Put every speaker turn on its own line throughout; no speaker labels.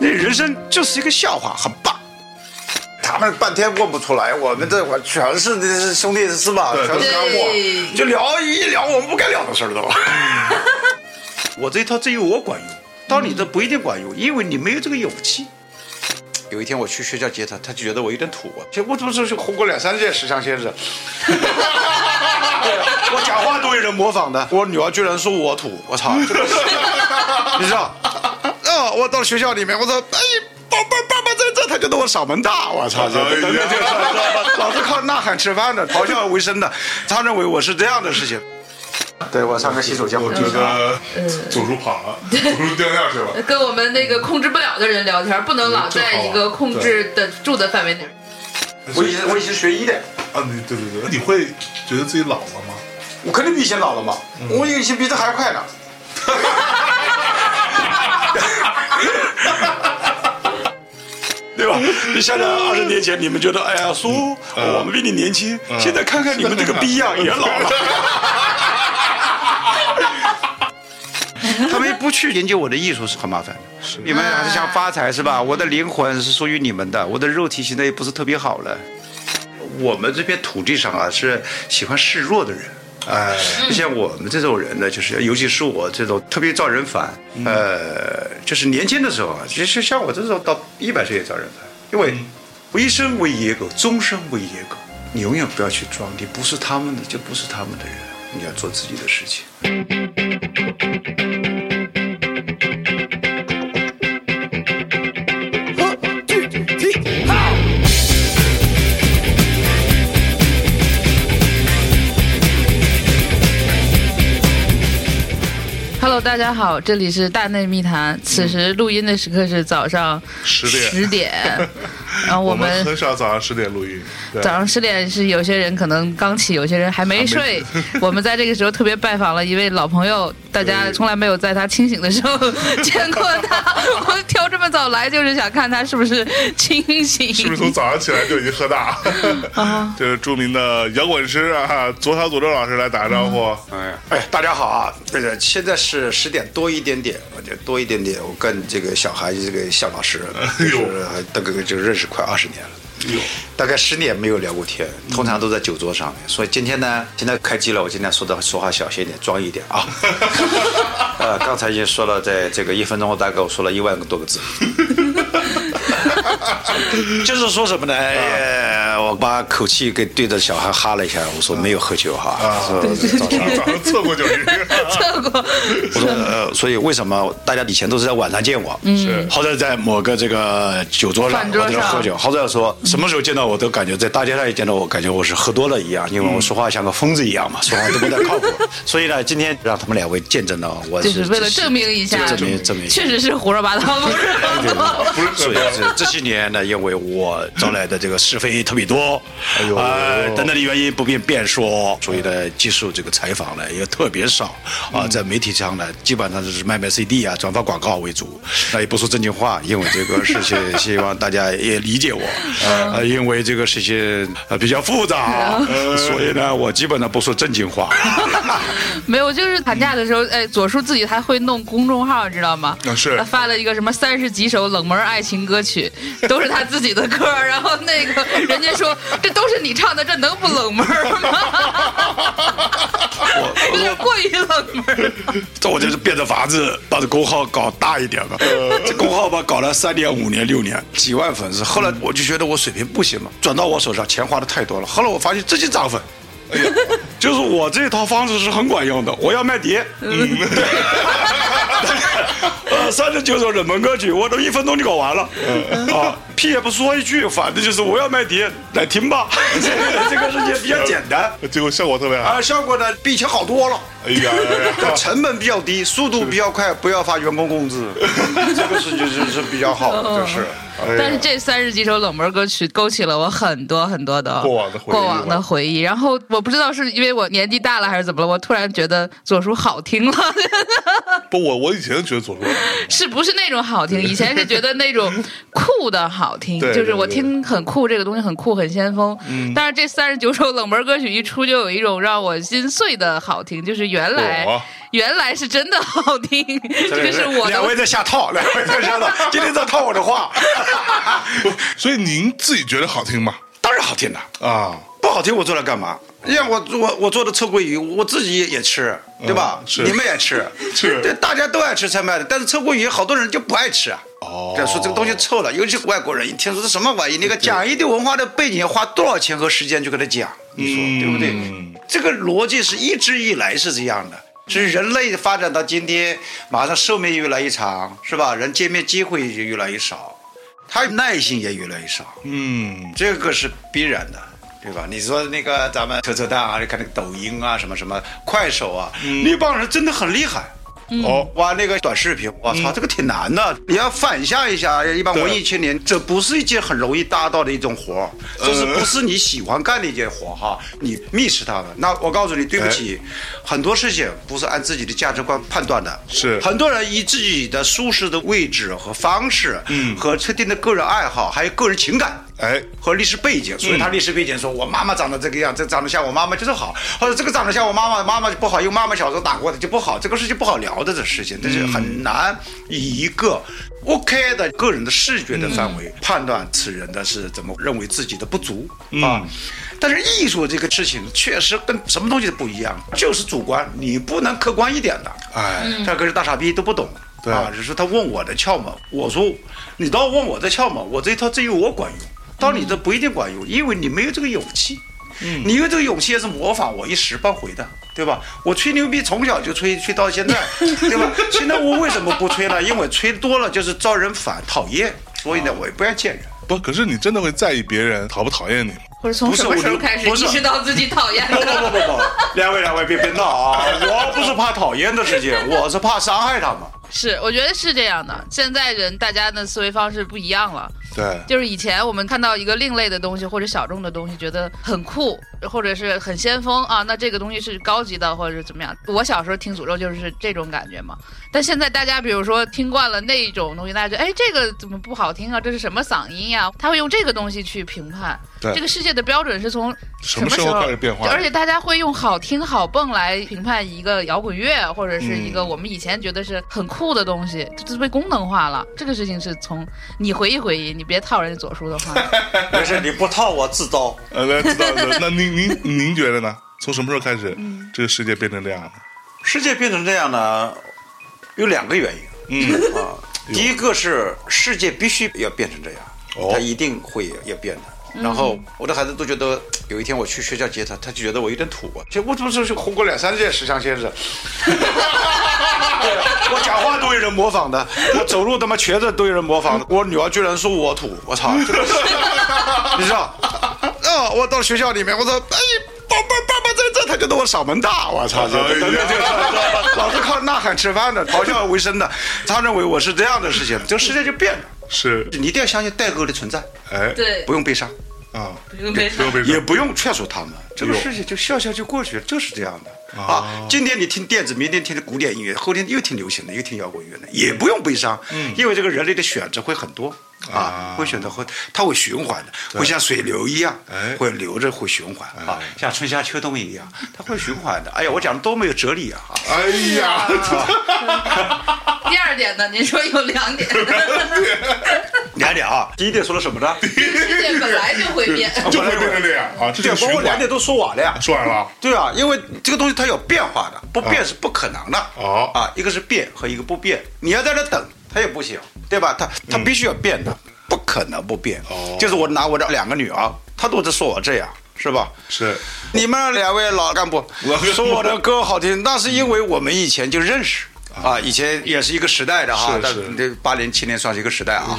人生就是一个笑话，很棒。
他们半天问不出来，我们这我全是那是兄弟是吧？
对
全是干
对
货，就聊一聊我们不该聊的事儿都。
我这一套只有我管用，到你的不一定管用，因为你没有这个勇气。有一天我去学校接他，他就觉得我有点土啊，其实我怎么是活过两三届时尚先生？对我讲话都有人模仿的，我女儿居然说我土，我操！这个你知道？啊，我到学校里面，我说，哎，宝贝儿，爸爸在这，他觉得我嗓门大，我操！这等等这个事儿知道吧老是靠呐喊吃饭的，咆哮为生的，他认为我是这样的事情。对我上个洗手间，
我觉得走出跑了，走出掉尿去了。
跟我们那个控制不了的人聊天，不能老在一个控制得住的范围内。
我以前我以前学医的，
啊，你对对对，你会觉得自己老了吗？
我肯定比以前老了嘛，
嗯
我以前比这还要快呢。
对吧？你想想，二十年前你们觉得，哎呀，叔，
嗯
我们比你年轻。现在看看你们这个逼样，也老了。他们不去研究我的艺术是很麻烦的。你们还是
哎
想发财是吧？我的灵魂是属于你们的，我的肉体现在也不是特别好了。我们这片土地上啊，是喜欢示弱的人。哎，像我们这种人呢，就是尤其是我这种特别招人烦。呃，就是年轻的时候啊，其实像我这种到一百岁也招人烦，因为一生为野狗，终身为野狗。你永远不要去装，你不是他们的就不是他们的人，你要做自己的事情。
Hello，大家好，这里是大内密谈。此时录音的时刻是早上
十点
十 点，然后
我
我们
很少早上十点录音，对
早上十点是有些人可能刚起，有些人还没睡。 我们在这个时候特别拜访了一位老朋友，大家
对
从来没有在他清醒的 时候见过他。我挑这么早来就是想看他是不是清醒。
是不是从早上起来就已经喝大？ 这是著名的摇滚师啊，左小左正老师来打个招呼。
哎，大家好啊！这个现在是十点多一点点，我觉得多一点点。我跟这个小孩这个向老师，就是还大概就认识快二十年了。大概十年没有聊过天，通常都在酒桌上面，所以今天呢，现在开机了，我尽量说的说话小心一点，装一点啊。呃，刚才已经说了，在这个一分钟后，大概我说了一万个多个字，就是说什么呢？呃我把口气给对着小孩哈了一下，我说没有喝酒哈，说早上
早上错过九十，
测过，
我说呃，所以为什么大家以前都是在晚上见我，
是
或者在某个这个酒桌上
嗯饭桌
或者
上
喝酒，或者说什么时候见到我都感觉在大街上一见到我，感觉我是喝多了一样，因
嗯
为我说话像个疯子一样嘛，说话都不太靠谱。 所以呢，今天让他们两位见证了我
就是为
这
了
些
证明一下，
证明证明一下
确实是胡说八道，不是喝多。
不是
所
喝
以
多。
这这些年呢，因为我招来的这个是非特别多，呃，等等的原因不便辩说，所以呢，接受这个采访呢也特别少啊、在媒体上呢，基本上就是卖卖 CD 啊，转发广告为主，那也不说正经话，因为这个事情希望大家也理解我，呃，因为这个事情呃比较复杂，所以呢，我基本上不说正经话。
没有，就是砍价的时候，哎，左叔自己还会弄公众号，你知道吗？
啊是
他发了一个什么三十几首冷门爱情歌曲，都是他自己的歌儿。然后那个人家说，这都是你唱的，这能不冷门吗？ 有点过于冷门了。
这我就是变着法子把这公号搞大一点吧。这公号吧搞了三年、五年、六年，几万粉丝。后来我就觉得我水平不行了，转到我手上钱花的太多了。后来我发现自己涨粉。 就是我这套方式是很管用的。我要卖碟，嗯， 对，呃，三十九首冷门歌曲，我都一分钟就搞完了，啊，屁也不说一句，反正就是我要卖碟，来听吧。这个 这个事情比较简单，
结果效果特别好
啊，。效果呢比以前好多了。
哎呀，哎呀
成本比较低， 速度比较快，不要发员工工 资，这个是就是是比较好的，这是。
但是这三十几首冷门歌曲勾起了我很多很多的
过往的回忆
过往的回忆。然后我不知道是因为我年纪大了还是怎么了，我突然觉得左叔好听了。
不，我我以前觉得左叔，
是不是那种好听？以前是觉得那种酷的好听，
对
就是我
对对
听很酷这个东西很酷很先锋。但是这三十九首冷门歌曲一出，就有一种让我心碎的好听，就是原来
哇
原来是真的好听，这是我
两位
的。
在下套，两位在下 套，今天在套我的话，
不所以您自己觉得好听吗？
当然好听了。
啊，
不好听，我做来干嘛？让我我我做的臭鳜鱼，我自己也吃，对
嗯
吧？
是
你们也吃，
是
对，大家都爱吃菜麦的，但是臭鳜鱼好多人就不爱吃啊。
哦
这样说这个东西臭了，尤其外国人一听说这什么玩意，那个讲一定文化的背景，花多少钱和时间去给他讲，你说、对不对？这个逻辑是一直以来是这样的。所以人类发展到今天，马上寿命越来越长，是吧？人见面机会也越来越少，他耐心也越来越少。
嗯，
这个是必然的，对吧？你说那个咱们扯扯蛋啊，你看那个抖音啊，什么什么快手啊，
嗯
那帮人真的很厉害。
哦，
哇，那个短视频，我操，这个挺难的，你要反向一下，一般
嗯对
文艺青年，这不是一件很容易达到的一种活儿，
呃
这是不是你喜欢干的一件活儿哈？你蔑视他们，那我告诉你，对不起，很多事情不是按自己的价值观判断的，
哎是
很多人以自己的舒适的位置和方式，嗯，和特定的个人爱好，还有个人情感，
哎
和历史背景，所以他历史背景说，我妈妈长得这个样，这长得像我妈妈就是好，或者这个长得像我妈妈，妈妈就不好，因为妈妈小时候打过的就不好，这个事情不好聊的这事情，这是很难以一个 OK 的个人的视觉的范围判断此人的是怎么认为自己的不足
嗯
啊。但是艺术这个事情确实跟什么东西都不一样，就是主观，你不能客观一点的。
哎，
他可是大傻逼都不懂。
对
啊，只是他问我的窍门，我说你倒问我的窍门，我这一套只有我管用，到你这不一定管用，因为你没有这个勇气。嗯，你有这个勇气也是模仿我一时半回的，对吧？我吹牛逼从小就吹，吹到现在，对吧？现在我为什么不吹了？因为吹多了就是招人烦讨厌，所以呢，我也不愿见人。
不，可是你真的会在意别人讨不讨厌你吗？
或者从
不是
什么时候
我觉得
开始
不是
意识到自己讨厌
不
的？
不不不不，两位两位别别闹啊！我不是怕讨厌的事情，我是怕伤害他们。
是，我觉得是这样的。现在人大家的思维方式不一样了，
对，
就是以前我们看到一个另类的东西或者小众的东西，觉得很酷或者是很先锋啊，那这个东西是高级的或者是怎么样。我小时候听诅咒就是这种感觉嘛。但现在大家比如说听惯了那一种东西，大家觉得哎这个怎么不好听啊？这是什么嗓音呀、他会用这个东西去评判。
对
这个世界的标准是从
什么
么
时
时
候开始变化的
而且大家会用好听好蹦来评判一个摇滚乐或者是一
嗯
个我们以前觉得是很酷的东西，这就是被功能化了。这个事情是从你回忆回忆，你别套人家左叔的话。
没事，你不套我自招。
呃，那知道 了。那您您您觉得呢？从什么时候开始，
嗯
这个世界变成这样的？
世界变成这样呢，有两个原因。
嗯，
啊， 第一个是世界必须要变成这样，
哦
它一定会也变的。然后我的孩子都觉得，有一天我去学校接他，他就觉得我有点土啊。这我怎么是活过两三届时尚先生？对我讲话都有人模仿的，我走路他妈瘸着都有人模仿的。我女儿居然说我土，我操！这个你知道？啊，我到学校里面，我说，哎，爸爸爸爸在这，他觉得我嗓门大，我操！这这这这老是靠呐喊吃饭的，咆哮为生的，他认为我是这样的事情，这个世界就变了。
是，
你一定要相信代沟的存在，
哎，
对
不用悲伤，
啊，
用悲
不用被
也
说
不用劝说他们，
哎
这个事情就笑笑就过去了，就是这样
哦
的啊。今天你听电子，明天听古典音乐，后天又听流行的，又听摇滚乐的，也不用悲伤，因为这个人类的选择会很多啊
嗯啊，
会选择会，它会循环的，会像水流一样
哎，
会流着会循环啊，像春夏秋冬一样，它会循环的。哎呀，我讲的多没有哲理啊！啊
哎呀，
第二点呢，您说有两 点，
两点啊，第一点说了 什么呢？
世界本来就会变。
就会变成这样啊，这
对，
就
包
是
括
循
两
环
点。都说完了呀。
说完了，
对啊，因为这个东西它有变化的，不变是不可能的。
哦
啊，一个是变和一个不变，你要在这等，它也不行，对吧？它它必须要变的，不可能不变。
哦
就是我拿我的两个女儿，她都在说我这样，是吧？
是
你们两位老干部
老干部
说我的歌好听，那是因为我们以前就认识。啊，以前也是一个时代的哈
是，
但
是
这八零七零算是一个时代啊，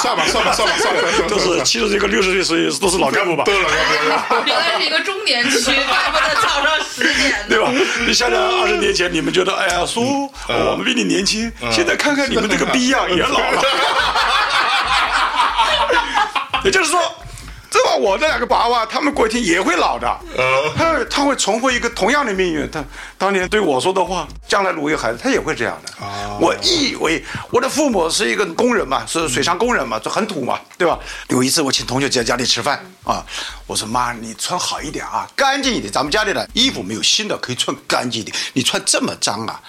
算吧，算吧， 算吧，算吧，算吧
都是七十岁跟六十岁，所以都是老干部吧
都。是老干部，
原来是一个中年 区，怪不得早上十点呢。
对吧？你想想二十年前，你们觉得哎呀，叔，我们比你年轻。现在看看你们这个 逼样，也老了。也就是说，这玩到我这两个娃娃，他们过一天也会老的，
呃，
他他会重复一个同样的命运。他当年对我说的话，将来如果有孩子，他也会这样的。我以为我的父母是一个工人嘛，是水上工人嘛，就很土嘛，对吧？有一次我请同学在家里吃饭啊，我说妈，你穿好一点啊，干净一点。咱们家里的衣服没有新的，可以穿干净一点。你穿这么脏啊？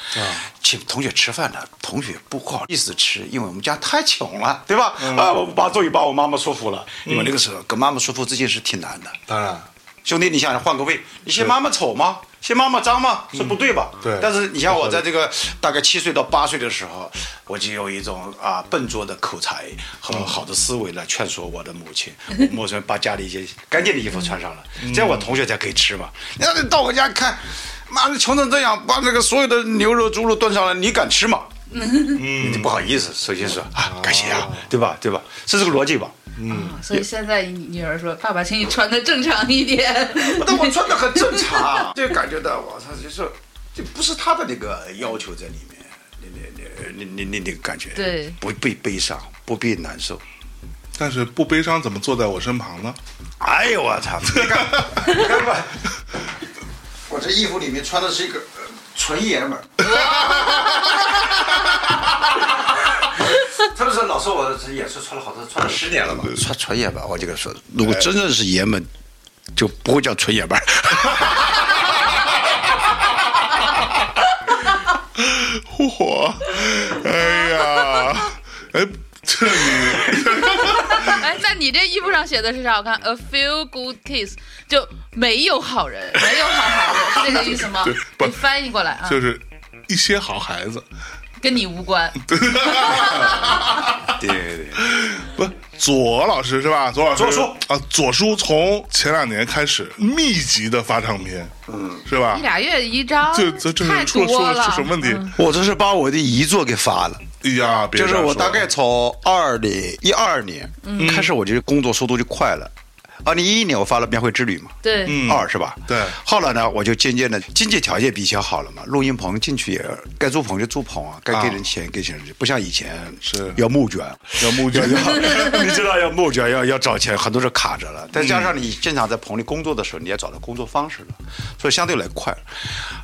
请同学吃饭了，同学不好意思吃，因为我们家太穷了，对吧？啊，我把终于把我妈妈说服了，因为那个时候跟妈妈说服这件事挺难的。
当然，
兄弟，你想想换个位，你嫌妈妈丑吗？嫌妈妈脏吗？是不对吧？
对
但是你像我在这个大概七岁到八岁的时候，我就有一种啊笨拙的口才和好的思维来劝说我的母亲，我母亲把家里一些干净的衣服穿上了，这样我同学才可以吃嘛。那你到我家看，妈的穷成这样，把那个所有的牛肉、猪肉炖上来，你敢吃吗？嗯，你不好意思，首先说啊，感谢啊，对吧？对吧？是这个逻辑吧？
嗯
哦所以现在你女儿说：“爸爸，请你穿的正常一 点。
但我穿的很正常， 就感觉到我操，就是就不是他的那个要求在里面，那那那那那那那个感觉，
对
不必悲伤，不必难受。
但是不悲伤怎么坐在我身旁呢？
哎呦我操！ 你看，你看吧，我这衣服里面穿的是一个呃纯爷们儿。 他们说老说我这也是穿了好多，穿了十年了嘛，哎穿纯爷们儿。我这个说，如果真正是爷们，就不会叫纯爷们儿。
嚯，哎呀，哎，这你”
哎，在你这衣服上写的是啥？我看 “a few good kiss”，就没有好 人，没有好孩子，是这个意思吗
对？不
你翻译过来啊，
就是一些好孩子，
跟你无关。
对对对。
不，左老师是吧？左老师，
左叔
啊，左叔从前两年开始密集的发唱片，嗯，是吧
一？俩月一张，
这这这
太
是出了出
多
了
了。嗯
出什么问题？
我这是把我的遗作给发了，
哎呀，别
就
这
是
样
我
说嗯
大概从二零一二年开始，我这个工作速度就快了。二零一一年我发了《庙会之旅》嘛，
对，
嗯
二是吧？
对
后来呢，我就渐渐的经济条件比以前好了嘛，录音棚进去也该租棚就租棚啊，该给人钱给钱，不像以前
是
要募捐，
要募捐
要你知道要募捐要要找钱，很多是卡着了。再加上你经常在棚里工作的时候，你也找到工作方式了，所以相对来快。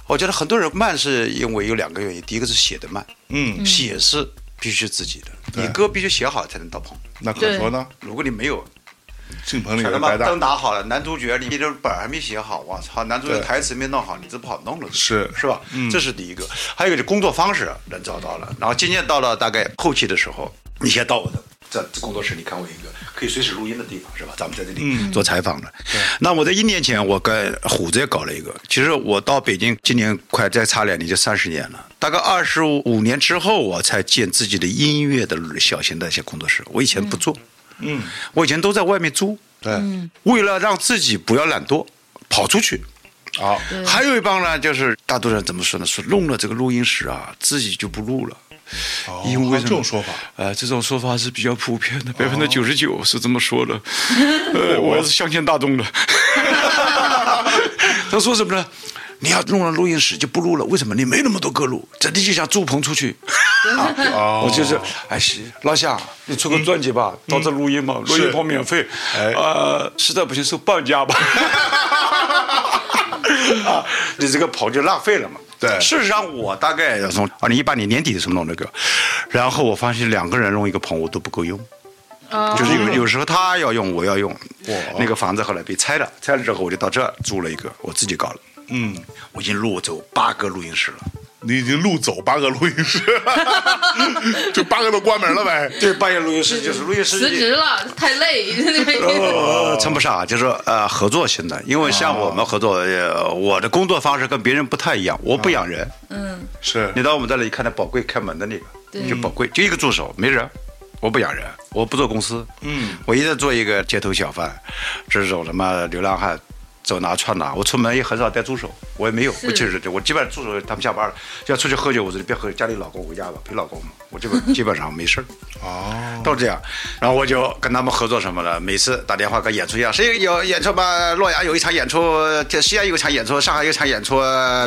我觉得很多人慢是因为有两个原因，第一个是写的慢，
嗯，
写是必须自己的，你歌必须写好才能到棚。
那可说呢，
如果你没有，
进棚里
全他
人
妈
白搭
灯打好了，男主角你这本儿还没写好，我操，男主角
对
台词没弄好，你这不好弄了，
是嗯
是吧？这是第一个，还有一个就工作方式能找到了，然后渐渐到了大概后期的时候，你先到我的。在工作室，你看我有一个可以随时录音的地方，是吧？咱们在这里
嗯
做采访的。那我在一年前，我跟虎子也搞了一个。其实我到北京，今年快再差两年就三十年了。大概二十五年之后，我才建自己的音乐的小型的一些工作室。我以前不做，嗯，我以前都在外面租，
对，
嗯为了让自己不要懒惰，跑出去。
好，
还有一帮呢，就是大多数人怎么说呢？说弄了这个录音室啊，自己就不录了。
哦
因
还
为
有
什
这种
么
说法，
呃，这种说法是比较普遍的，百分之九十九是这么说的。呃，我 是相信大众的。他说什么呢？你要弄了录音室就不录了，为什么？你没那么多歌录，真的就想住棚出去。啊、我就是，
哦
哎，是老乡，你出个专辑吧，到这录音嘛，录音棚免费，
哎
呃，实在不行收半价吧。啊，你这个棚就浪费了嘛。
对
事实上我大概要从二零一八年年底的时候弄那个，然后我发现两个人弄一个棚我都不够用，
哦
就是有有时候他要用，我要用。那个房子后来被拆了，拆了之后我就到这儿租了一个，我自己搞了。
嗯，
我已经录走八个录音室了，
你已经录走八个录音室， 就八个都关门了呗。
对，八个录音室就是录音室
辞职了，太 累。
哦
呃，称不上，就是呃合作型的，因为像我们合
哦
作，呃，我的工作方式跟别人不太一样，我不养人。
嗯，
是
你到我们这里看到宝贵开门的那
对
个，就宝贵就一个助手，没人，我不养人，我不做公司，
嗯，
我一直做一个街头小贩，这种什么流浪汉。走哪串哪，我出门也很少带助手，我也没有，我就是我基本上助手他们下班了，要出去喝酒，我说你别喝，家里老公回家吧，陪老公嘛，我基本基本上没事儿。
哦，
都这样。然后我就跟他们合作什么了，每次打电话跟演出一样，谁有演出吧？洛阳有一场演出，这西安有一场演出，上海有一场演出，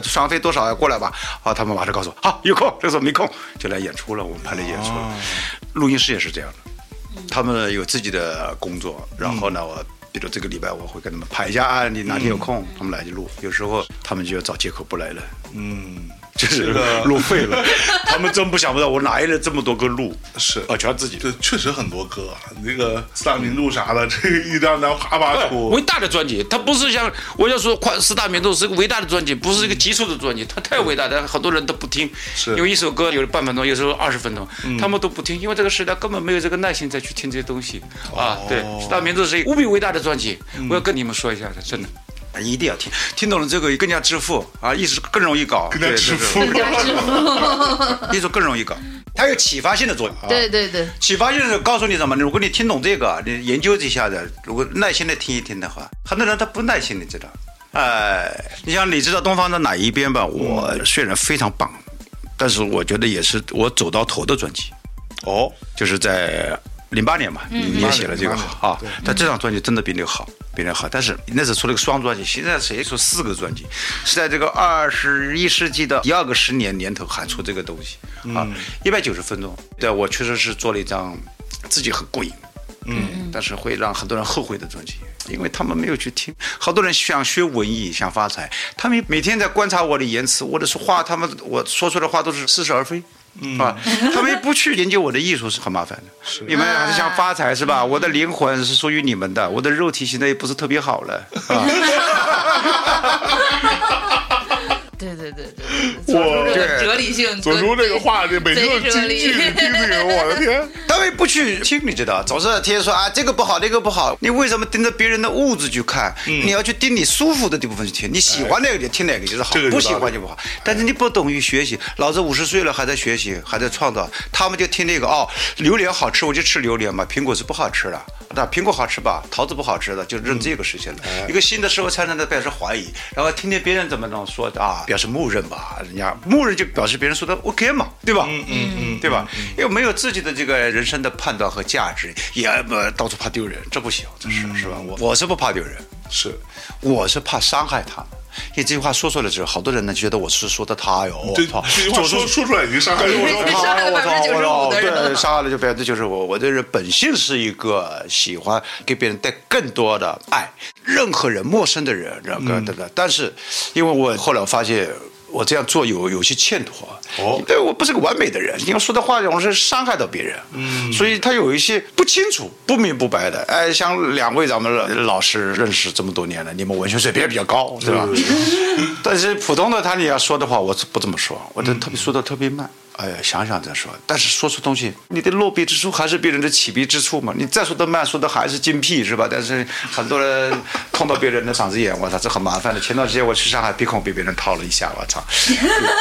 双飞多少过来吧？啊，他们马上告诉我，好有空，这个时候没空就来演出了，我们排了演出了。录音室也是这样的，他们有自己的工作，然后呢，我比如这个礼拜我会跟他们排一下案例，哪天有空他们来就录，有时候他们就要找借口不来了，
嗯，
就是
个
路费了。他们真不想不到我哪来了这么多个路，
是
啊，全自己的。
这确实很多歌，啊那个四大名著啥的，这一张张啪啪
伟
出，
大的专辑，它不是像我要说快四大名著是个伟大的专辑，不是一个急促的专辑，它太伟大了，很多人都不听。
是
因为一首歌有的半分钟，有时候二十分钟，他们都不听，因为这个时代根本没有这个耐心再去听这些东西啊。对，四大名著是一个无比伟大的专辑，我要跟你们说一下的，真的。
你啊一定要听，听懂了这个更加致富啊，艺术更容易搞，
跟他
对
吃
对对
富，
更加致富。
艺术更容易搞，它有启发性的作用。啊。
对对 对，
启发就是告诉你什么？如果你听懂这个，你研究一下子，如果耐心的听一听的话，很多人他不耐心，你知道？哎，你像你知道东方的哪一边吧？我虽然非常棒，但是我觉得也是我走到头的专辑，
哦，
就是在零八年嘛，你也写了这个好啊
对。
但这张专辑真的比那个好，比那个好。但是那时出了个双专辑，现在谁出四个专辑？是在这个二十一世纪的第二个十年年头还出这个东西啊？一百九十分钟，对我确实是做了一张自己很过瘾。嗯，但是会让很多人后悔的专辑，因为他们没有去听。好多人想学文艺，想发财，他们每天在观察我的言辞，我的说话，他们我说出来的话都是似是而非。啊，他们不去研究我的艺术是很麻烦的。你们还 是啊想发财是吧？我的灵魂是属于你们的，我的肉体现在也不是特别好了。 啊
对对对对，对
我
左叔这个
对
哲理性，
左叔这个话，这每次
贼
都
哲
听
理
听听这 个，我的天，
他们不去听，你知道，总是天天说啊这个不好那个不好。你为什么盯着别人的物质去看？
嗯
你要去盯你舒服的这部分去听，你喜欢哪个就听哪个就是好
这个，有
不喜
道
欢
理
就不好。但是你不懂于学习，老子五十岁了还在学习，还在创造，他们就听那个哦，榴莲好吃我就吃榴莲嘛，苹果是不好吃的。那苹果好吃吧，桃子不好吃的，就认这个事情了。一个新的社会参产的表示怀疑，然后听听别人怎么能说的啊，表示默认吧，人家默认就表示别人说的 OK 嘛，对吧？嗯嗯嗯，对吧？又没有自己的这个人生的判断和价值，也呃到处怕丢人，这不行，这是、是吧？我嗯我是不怕丢人，
是
我是怕伤害他们。因为这句话说出来之后，好多人呢觉得我是说的他哟，我
这
操，
这句话
左
说说出来已经伤害人
我
了。
操
杀了
我操
95%
我
的
操，
人
对，杀了就百分之九十五。我这人本性是一个喜欢给别人带更多的爱，任何人、陌生的人，那个对不对？但是，因为我后来我发现。我这样做有有些欠妥，
哦
对我不是个完美的人，你要说的话我是伤害到别人，嗯，所以他有一些不清楚、不明不白的。哎，像两位咱们老老师认识这么多年了，你们文学水平也比较高，对吧？但是普通的他你要说的话，我不这么说，我这特别说的特别慢。哎呀，想想再说，但是说出东西，你的落笔之处还是别人的起笔之处嘛。你再说的慢，说的还是精辟，是吧？但是很多人碰到别人的嗓子眼，我操，这很麻烦的。前段时间我去上海，鼻孔被别人掏了一下，我操，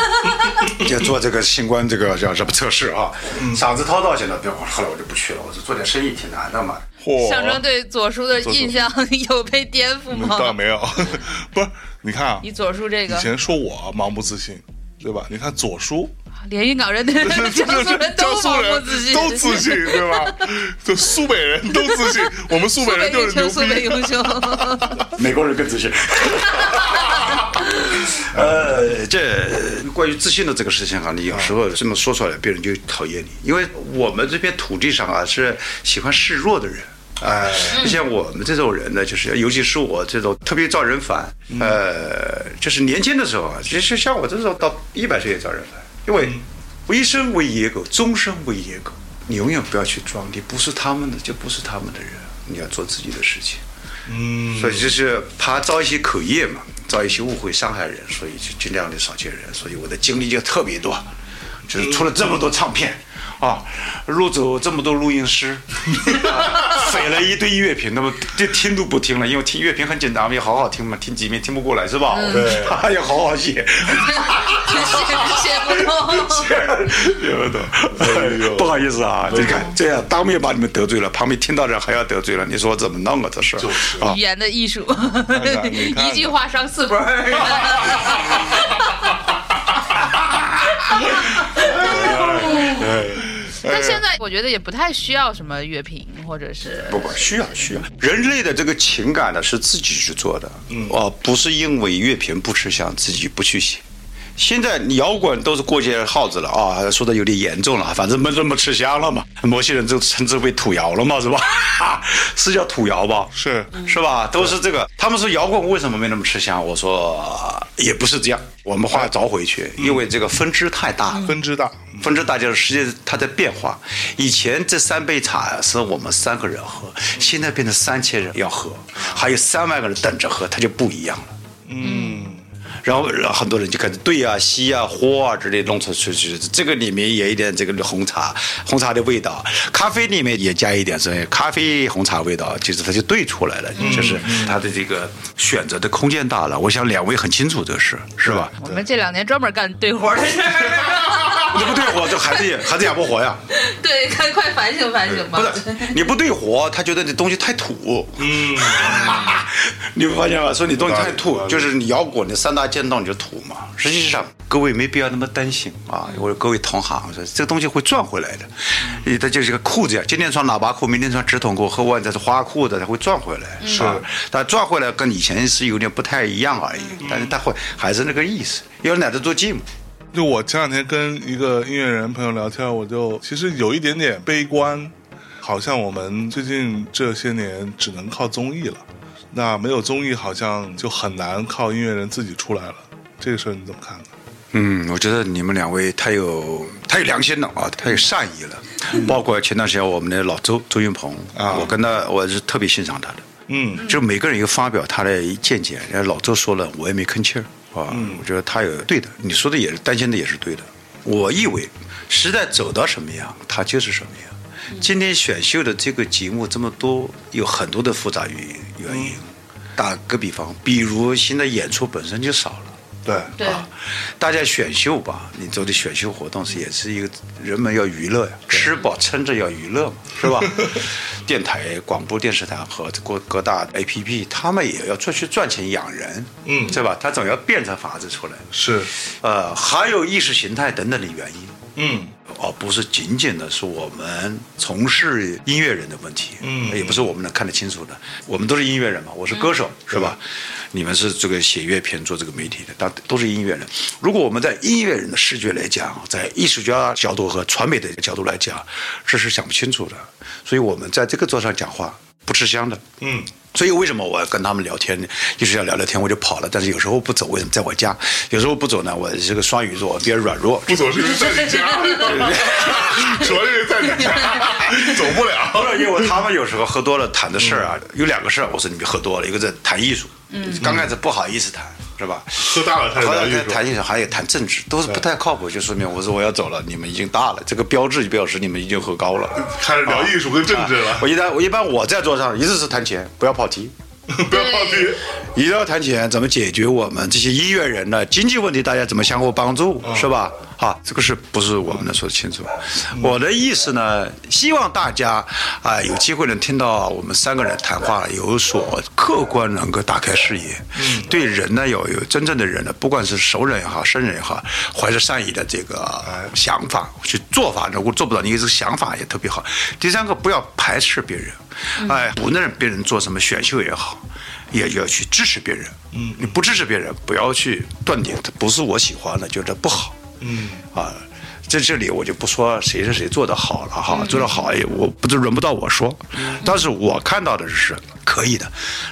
就做这个新冠这个叫什么测试啊，嗓子掏到现在，别后来我就不去了，我就做点生意挺难的嘛。
嚯
象征对左叔的印象 有被颠覆
那倒
吗？
没有，不是，你看啊，
以左叔这
嗯以
个
前说我盲目自信，对吧？你看左叔，
连云港人、 江苏人都
江苏
盲目
人
自信，
都自信，对吧？就苏北人都自信，我们苏
苏
北人
北
就
英
是牛
雄，苏北
逼。
英雄。
美国人更自信。 呃，这关于自信的这个事情啊，你有时候这么说出来，别人就讨厌你，因为我们这片土地上啊是喜欢示弱的人。哎，像我们这种人呢，就是尤其是我这种特别招人烦，呃，就是年轻的时候啊，其实像我这种到一百岁也招人烦，因为我一生为野狗，终生为野狗。你永远不要去装，你不是他们的就不是他们的人，你要做自己的事情。所以就是怕招一些口业嘛，招一些误会伤害人，所以就尽量的少见人。所以我的经历就特别多，就是出了这么多唱片啊，录走这么多录音师，啊匪了一堆乐评，那么这听都不听了，因为听乐评很简单嘛，也好好听嘛，听几遍听不过来是吧？
对
他也好好写，
写不通。
也不懂。
哎
不好意思啊，你看这样当面把你们得罪了，旁边听到人还要得罪了，你说我怎么弄啊？这事儿
就是
啊
语，言的艺术，
看你 看哎
一句话伤四本儿。
哎
但现在我觉得也不太需要什么乐评，或者是
不不，需要需要。人类的这个情感呢，是自己去做的，嗯，哦、不是因为乐评不吃香，自己不去写。现在摇滚都是过街耗子了啊，说的有点严重了，反正闷这么吃香了嘛，某些人就称之为土窑了嘛，是吧？ 是叫土窑吧？
是
是吧？都是这个。他们说摇滚为什么没那么吃香？我说也不是这样，我们话倒回去，因为这个分支太大了。
分支大，
分支大就是世界它在变化。以前这三杯茶是我们三个人喝，现在变成三千人要喝，还有三万个人等着喝，它就不一样了。然后然后很多人就开始对啊、吸啊、喝啊之类弄出去去，这个里面也一点这个红茶，红茶的味道，咖啡里面也加一点这咖啡红茶味道，就是它就兑出来了，就是它的这个选择的空间大了。我想两位很清楚这事，是吧？
我们这两年专门干对活 的事儿，
你啊不对火，这孩子也孩子养不活呀。
对，看快反省反省吧。
不是你不对火，他觉得你东西太土。嗯， 你不发现吗？说你东西太土，就是你摇滚的三大剑道你就土嘛。实际上，各位没必要那么担心啊。我说各位同行，说这个东西会赚回来的。你它就是个裤子呀，今天穿喇叭裤，明天穿直筒裤，后完再是花裤子，它会赚回来。是，但赚回来跟以前是有点不太一样而已，但是它会还是那个意思，要奶着做寂寞。
就我前两天跟一个音乐人朋友聊天，我就其实有一点点悲观，好像我们最近这些年只能靠综艺了。那没有综艺，好像就很难靠音乐人自己出来了。这个事儿你怎么看呢？
嗯，我觉得你们两位太有太有良心了
嗯
啊，太有善意了。包括前段时间我们的老周周云鹏
啊
我跟他我是特别欣赏他的。
嗯，
就每个人有发表他的见解，人家老周说了，我也没吭气儿啊。
嗯
我觉得他有对的，你说的也是担心的也是对的。我以为时代走到什么样，他就是什么
嗯
样。今天选秀的这个节目这么多，有很多的复杂原因原
嗯
因。打个比方，比如现在演出本身就少了。
对，
对，
大家选秀吧，你做的选秀活动是也是一个人们要娱乐呀，吃饱撑着要娱乐嘛，是 吧？电台、广播电视台和各各大 APP，他们也要出去赚钱养人，
嗯
对吧？他总要变着法子出来，
是，
呃，还有意识形态等等的原因。
嗯，
而哦不是仅仅的是我们从事音乐人的问题，
嗯
也不是我们能看得清楚的。我们都是音乐人嘛，我是歌手，
嗯
是吧？你们是这个写乐评、做这个媒体的，大都是音乐人。如果我们在音乐人的视觉来讲，在艺术家角度和传媒的角度来讲，这是想不清楚的。所以我们在这个桌上讲话不吃香的，
嗯，
所以为什么我要跟他们聊天，就是要聊聊天，我就跑了。但是有时候不走，为什么在我家？有时候不走呢，我是个双鱼座，比较软弱。
不走是因为在你家，主要因为在你家， 走不了。 嗯
不是，因为他们有时候喝多了谈的事儿啊，有两个事儿，我说你们喝多了，一个是谈艺术，刚开始不好意思谈，是吧？
喝大了开始
后来
嗯聊艺
在
术，
谈艺术，还有谈政治，都是不太靠谱，就说明我说我要走了，你们已经大了，这个标志就表示你们已经喝高了。
开始聊艺术跟政治了，
我一般我一般我在桌上，一直是谈钱，不要跑题。
不要放屁。
一定要谈钱，怎么解决我们这些音乐人的经济问题？大家怎么相互帮助，是吧？啊，这个是不是我们能说得清楚？我的意思呢，希望大家啊、有机会能听到我们三个人谈话，有所客观，能够打开视野，对人呢有有真正的人呢，不管是熟人也好，生人也好，怀着善意的这个想法去做法，如果做不到，你这个想法也特别好。第三个，不要排斥别人，哎，无论别人做什么选秀也好。也要去支持别人。嗯，你不支持别人，不要去断定他不是我喜欢的，觉得不好。嗯，啊，在这里我就不说谁是谁做的好了哈，做的好也我不是轮不到我说，但是我看到的是可以的。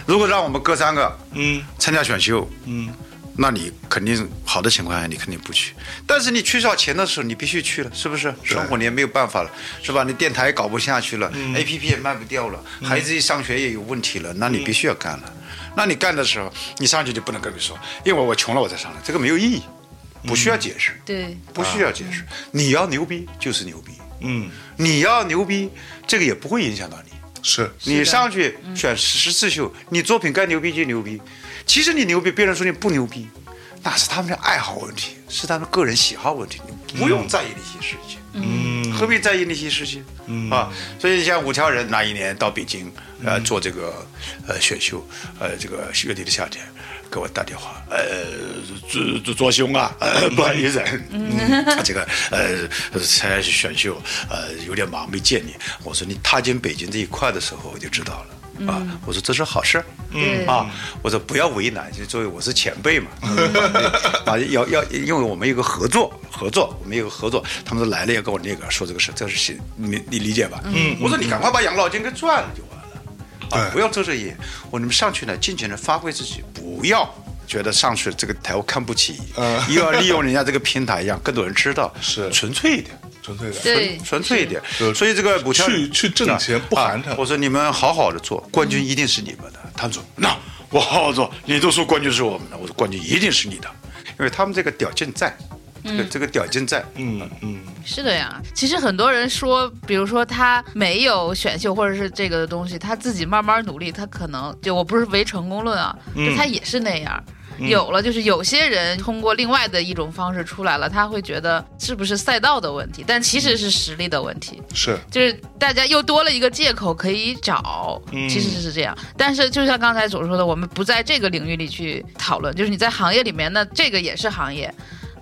如果让我们哥三个，
嗯，
参加选秀，嗯。那你肯定好的情况下你肯定不去，但是你缺少钱的时候你必须去了，是不是？生活你也没有办法了，是吧？你电台也搞不下去了、a P P 也卖不掉了，孩子一上学也有问题了，那你必须要干了。那你干的时候，你上去就不能跟你说，因为我穷了我才上来，这个没有意义，不需要解释，
对，
不需要解释。你要牛逼就是牛逼，
嗯，
你要牛逼，这个也不会影响到你。
是，
你上去选十次秀，你作品该牛逼就牛逼。其实你牛逼，别人说你不牛逼，那是他们的爱好问题，是他们个人喜好问题，你不用在意那些事情。
嗯，
何必在意那些事情、啊？所以像五条人那一年到北京，呃，做这个呃选秀，呃，这个乐队的夏天，给我打电话，呃，左左左兄啊，呃，不好意思，嗯，这个呃参选秀，呃，有点忙没见你。我说你踏进北京这一块的时候，我就知道了。啊，我说这是好事儿。
嗯
对
啊，我说不要为难，就作为我是前辈嘛， 啊，要要，因为我们有个合作，合作，我们有个合作，他们都来了要跟我那个说这个事，这是行，你你理解吧？嗯，我说你赶快把养老金给赚了就完了。啊，
对
不要遮遮掩。我说你们上去呢，尽情的发挥自己，不要觉得上去这个台我看不起，又 要利用人家这个平台，让更多人知道，
是
纯粹一点，
纯粹的。
对
纯粹一点
是。
所以这个补贴
呃去去挣钱不寒碜
啊我说你们好好的做，冠军一定是你们的。他们说那我好好做，你都说冠军是我们的，我说冠军一定是你的，因为他们这个屌劲在，这个这个屌劲在。
嗯嗯，
是的呀，其实很多人说，比如说他没有选秀或者是这个东西，他自己慢慢努力，他可能就我不是唯成功论啊，就他也是那样。有了，就是有些人通过另外的一种方式出来了，他会觉得是不是赛道的问题，但其实是实力的问题。
是
就是大家又多了一个借口可以找，
嗯
其实是这样。但是就像刚才所说的，我们不在这个领域里去讨论，就是你在行业里面，那这个也是行业。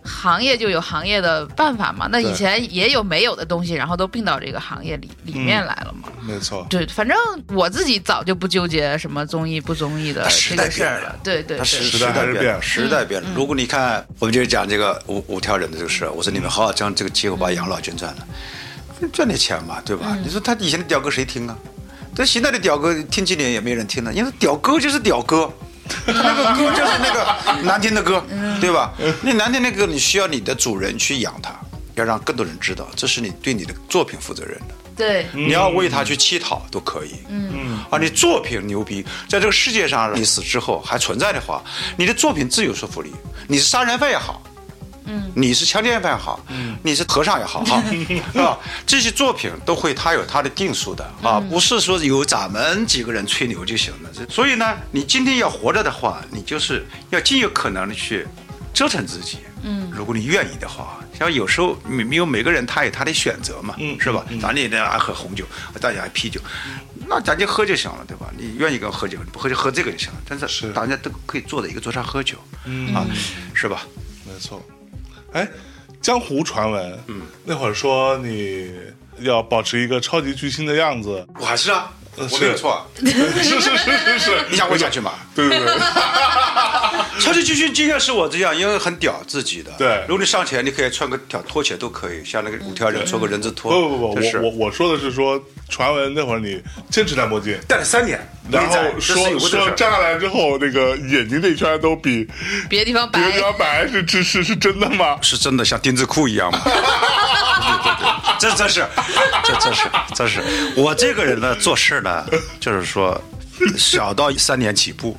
行业就有行业的办法嘛，那以前也有没有的东西，然后都并到这个行业里里面来了嘛。
没错。
对，反正我自己早就不纠结什么综艺不综艺的这
时代
个事
变
儿
了
了。对对嗯
他时
对，
代还是变
了，
了
时代变了。如果你看，我们就是讲这个五五条人的这个事儿，
嗯
我说你们好好将这个机会把养老金赚了，赚点钱嘛，对
嗯
吧？你说他以前的屌歌谁听啊？这现在的屌歌听几年也没人听了，因为屌歌就是屌歌。那个歌就是那个难听的歌，
嗯
对吧？那难听的歌，你需要你的主人去养它，要让更多人知道，这是你对你的作品负责任的。
对
你要为他去乞讨都可以。嗯，啊，你作品牛逼，在这个世界上你死之后还存在的话，你的作品自有说服力。你是杀人犯也好，嗯，你是强奸犯也好，嗯，你是和尚 也好，哈，是吧？这些作品都会它有它的定数的啊，
嗯
不是说有咱们几个人吹牛就行了。所以呢，你今天要活着的话，你就是要尽有可能的去折腾自己。嗯，如果你愿意的话，像有时候没没有每个人他有他的选择嘛，
嗯
是吧？咱也得爱喝红酒，大家爱啤酒，那咱就喝就行了，对吧？你愿意跟我喝酒，你不喝就喝这个就行了。但是
是嗯
大家都可以坐在一个桌上喝酒，啊，是吧？
没错。哎，江湖传闻，嗯，那会儿说你要保持一个超级巨星的样子，
我还是啊，
呃
我没有
是
错啊。
是是是是是，
你想混下去吗？
对对 对，
超级巨星经验是我这样，因为很屌自己的。
对
如果你上前，你可以穿个条拖鞋都可以，像那个五条人穿个人字拖。
不不不，
这是
我我我说的是说传闻那会儿你坚持戴墨镜。
戴了三年，
然
没在
后
这是
说
有过这
说
事儿
站下来之后，那个眼睛那圈都比
别的地方
别人
白，
家白，是是是是真的吗？
是真的像丁字裤一 样吗？对对对，这这是，这这是这是我这个人呢，做事呢，就是说。小到三年起 步，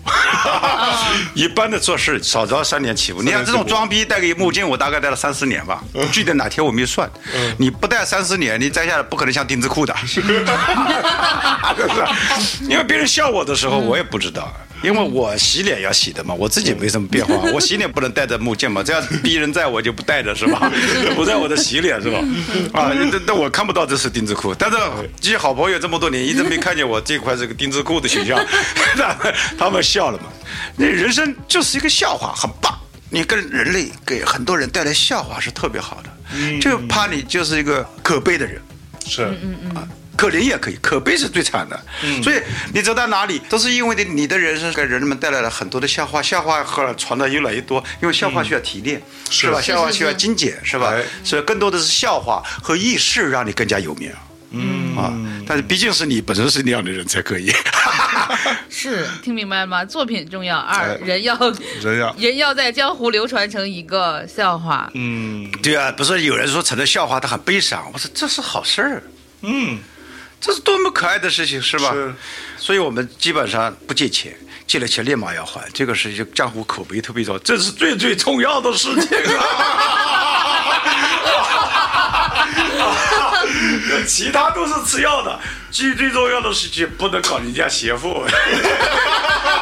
一般的做事少到三年起步。嗯你看这种装逼戴个墨镜，我大概戴了三四年吧，具体哪天我没算。你不戴三四年，你摘下来不可能像丁字裤 的，是 不是因为别人笑我的时候，我也不知道。因为我洗脸要洗的嘛，我自己没什么变化，我洗脸不能戴着墨镜嘛， 这样逼人在我就不戴着是吧？不在我的洗脸是吧？啊，那那我看不到这是丁字裤，但是这些好朋友这么多年一直没看见我这块这个丁字裤的形象， 他们他们笑了嘛。那人生就是一个笑话，很棒。你跟人类给很多人带来笑话是特别好的，就怕你就是一个可悲的人。
是，
可怜也可以，可悲是最惨的。所以你走到哪里，都是因为你你的人生给人们带来了很多的笑话，笑话后来传的越来越多，因为笑话需要提炼，嗯是吧？
是
笑话
是
需要
是
精简，是吧
哎？
所以更多的是笑话和轶事让你更加有名。嗯啊，但是毕竟是你本身是那样的人才可以。
是听明白了吗？作品重要，二人要
哎人要
人要在江湖流传成一个笑话。
嗯
对啊，不是有人说成了笑话他很悲伤，我说这是好事儿，
嗯，
这是多么可爱的事情，是吧？
是
所以我们基本上不借钱，借了钱立马要还，这个是就江湖口碑特别重，这是最最重要的事情啊！其他都是次要的，最最重要的事情不能搞人家媳妇。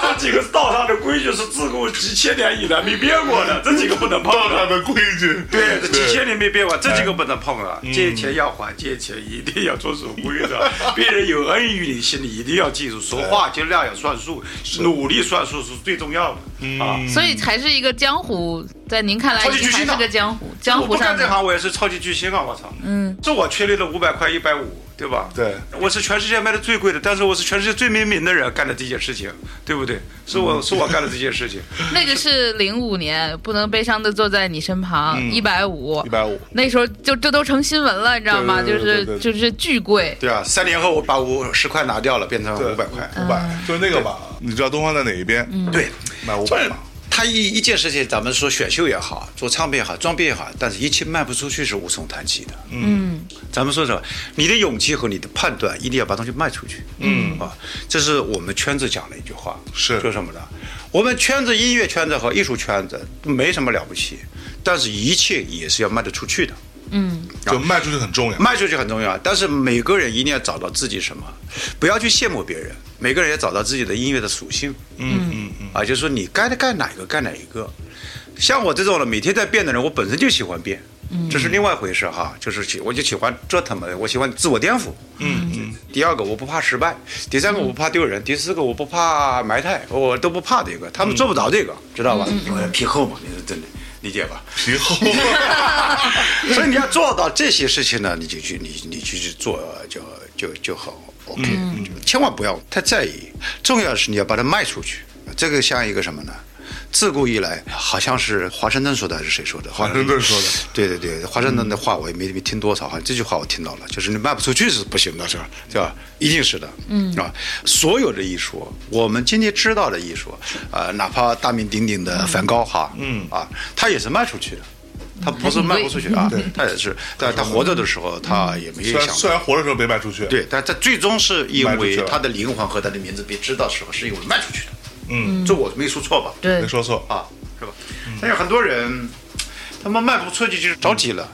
这几个道上的规矩是自古几千年以来没变过的，这几个不能碰
道
的
上。的规矩，
对，这几千年没变过，这几个不能碰啊！借钱要还，借钱一定要遵守规 则。别人有恩于你，心里一定要记住，说话尽量要算数，努力算数是最重要的啊！
所以还是一个江湖，在您看来
超级巨
还
星呢
是个江湖，江
我不
湖上
干这
的
行，我也是超级巨星啊！我操，嗯，这我缺力了五百块，一百五。
对吧？
对，
我是全世界卖的最贵的，但是我是全世界最没名的人干的这件事情，对不对？是
嗯
我是我干的这件事情，
那个是零五年，不能悲伤的坐在你身旁，
嗯
一百五，
150
那时候就这都成新闻了，你知道吗？
对
就
对对对
是就是巨贵，
对啊，三年后我把五十块拿掉了，变成
对
五百块。
五百，就是那个吧？你知道东方在哪一边？
对，
买五
就
百
是
嘛。
他一一件事情，咱们说选秀也好，做唱片也好，装逼也好，但是一切卖不出去是无从谈起的。
嗯，
咱们说什么？你的勇气和你的判断，一定要把东西卖出去。嗯啊，这是我们圈子讲的一句话。
是
说什么呢？我们圈子音乐圈子和艺术圈子没什么了不起，但是一切也是要卖得出去的。
就卖出去很重要。
卖出去很重要，但是每个人一定要找到自己什么，不要去羡慕别人。每个人也找到自己的音乐的属性，嗯嗯嗯，啊，就是说你该干哪个干哪一个。像我这种的，每天在变的人，我本身就喜欢变，这是另外一回事哈。就是喜我就喜欢折腾嘛，我喜欢自我颠覆。嗯嗯。第二个，我不怕失败；第三个，我不怕丢人；第四个，我不怕埋汰，我都不怕这个。他们做不着这个，知道吧？我皮厚嘛，你说真的理解吧？
皮厚，
所以你要做到这些事情呢，你就去你你去做就就就很 OK，、就千万不要太在意。重要的是你要把它卖出去，这个像一个什么呢？自古以来，好像是华盛顿说的还是谁说的？华
华盛顿说的。
对对对，华盛顿的话我也没没听多少，好像这句话我听到了，就是你卖不出去是不行的，是吧？对吧？一定是的，嗯啊，所有的艺术，我们今天知道的艺术，呃，哪怕大名鼎鼎的梵高哈，嗯啊，他也是卖出去的。他不是卖不出去啊，
嗯
他也是，但他活着的时候，他也没
虽
想
然
到
虽然活的时候没卖出去，，
对，但他最终是因
卖出去
为
了
他的灵魂和他的名字被知道的时候，是因为卖出去的。
嗯，
这我没说错吧？
对
没，说错。
啊，是吧？但是很多人他们卖不出去就是着急了，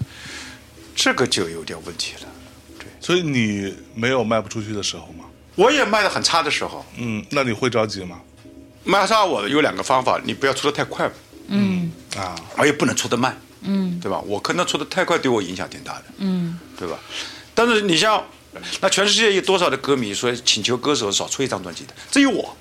这个就有点问题了。
所以你没有卖不出去的时候吗？
我也卖的很差的时候，
嗯，那你会着急吗？
卖差我有两个方法，你不要出的太快，
嗯
啊，
我也不能出的慢，嗯，对吧？我可能出的太快，对我影响挺大的，嗯，对吧？但是你像那全世界有多少的歌迷说请求歌手少出一张专辑的，只有我。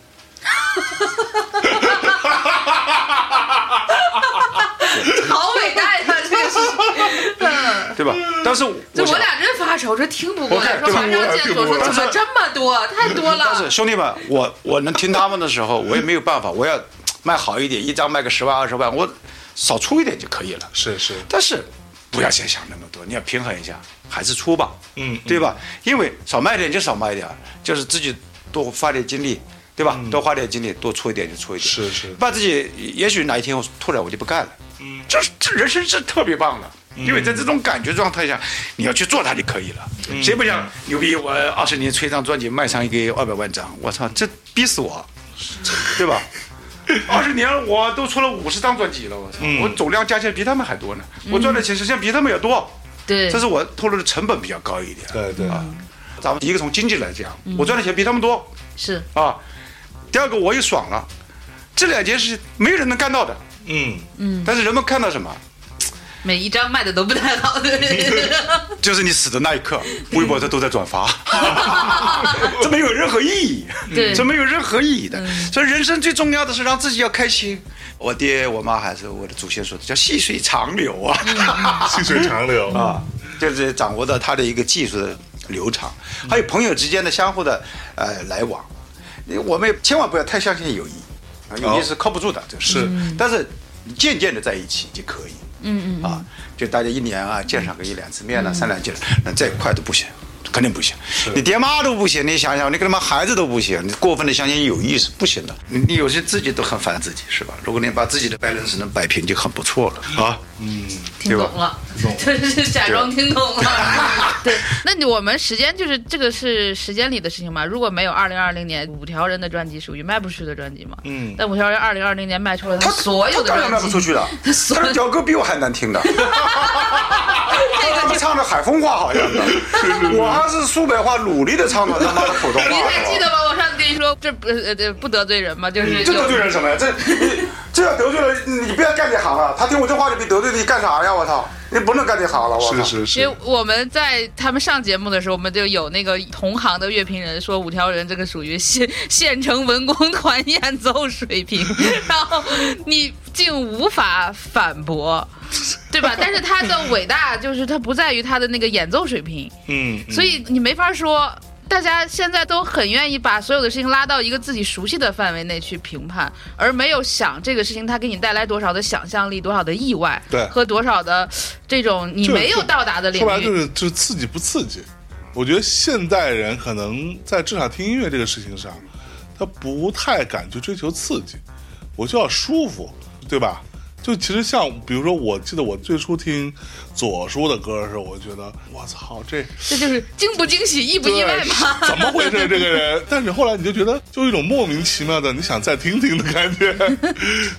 好伟大 呀，这个事情。嗯
对吧？但是
这我
我想，
俩真发愁，这听不过来，
我看
说马上见所说
对吧
怎么这么多，太多
但
了
是。兄弟们，我我能听他们的时候，我也没有办法，我要卖好一点，一张卖个十万二十万，我少出一点就可以了。
是是，
但是不要先想那么多，你要平衡一下，还是出吧，
嗯
对吧？因为少卖点就少卖点，就是自己多花点精力，
嗯
对吧？多花点精力，多出一点就出一点，
是是
把自己也许哪一天我突然我就不干了，嗯，就是这人生是特别棒的。因为在这种感觉状态下，你要去做它就可以了。谁不想牛逼？我二十年出一张专辑，卖上一个二百万张，我操，这逼死我，对吧？二十年我都出了五十张专辑了，我操，我总量加起来比他们还多呢，我赚的钱实际上比他们要多，
对
这是我投入的成本比较高一点。
对对，
咱们一个从经济来讲，我赚的钱比他们多
是，
啊，第二个我也爽了，这两件事没人能干到的，
嗯，
但是人们看到什么？
每一张卖的都不太 好，对。
就是你死的那一刻，微博这都在转发，这没有任何意义，
对
这没有任何意义的。所以人生最重要的是让自己要开心。我爹、我妈还是我的祖先说的，叫细水长流啊。
细水长流啊，
就是掌握到他的一个技术的流畅，还有朋友之间的相互的呃来往，我们也千万不要太相信友谊，啊，友谊是靠不住的，这个
是
是，但是渐渐的在一起就可以，嗯嗯啊，就大家一年啊见上个一两次面了、三两见，那再快都不行。肯定不行，你爹妈都不行，你想想，你跟他妈孩子都不行，你过分的相信友谊是不行的。你你有时自己都很烦自己，是吧？如果你把自己的 balance 能摆平，就很不错了啊。
听懂了， 就是假装听懂了。 对，那你我们时间就是这个是时间里的事情嘛？如果没有二零二零年五条人的专辑属于卖不出去的专辑嘛？嗯，但五条人二零二零年卖出了他所有的
他
专辑，
当然卖 不出去了，
他所
他的
有
屌歌比我还 难听的。
哎
他们唱的海风话好像的，我还是苏北话努力的唱的他妈的普通话。
你还记得吗？我上次跟你说，这不呃这不得罪人吗？就是
这得罪人什么呀？这你这要得罪了，你不要干这行了。他听我这话就比得罪你干啥呀？我操，你不能干这行了，我
是
操。
是
因
是
为，我们在他们上节目的时候，我们就有那个同行的乐评人说五条人这个属于县县城文工团演奏水平，然后你竟无法反驳。对 吧？但是他的伟大就是他不在于他的那个演奏水平，
嗯，
所以你没法说。大家现在都很愿意把所有的事情拉到一个自己熟悉的范围内去评判，而没有想这个事情它给你带来多少的想象力、多少的意外，
对
和多少的这种你
就是
没有到达的领
说白了就
域。
是就是刺激不刺激。我觉得现代人可能在至少听音乐这个事情上，他不太敢去追求刺激，我就要舒服，对吧？就其实像比如说，我记得我最初听左叔的歌的时候，我觉得我操这
这就是惊不惊喜、意不
对
意外吗？
怎么回 事这个人？但是后来你就觉得就有一种莫名其妙的你想再听听的 感觉。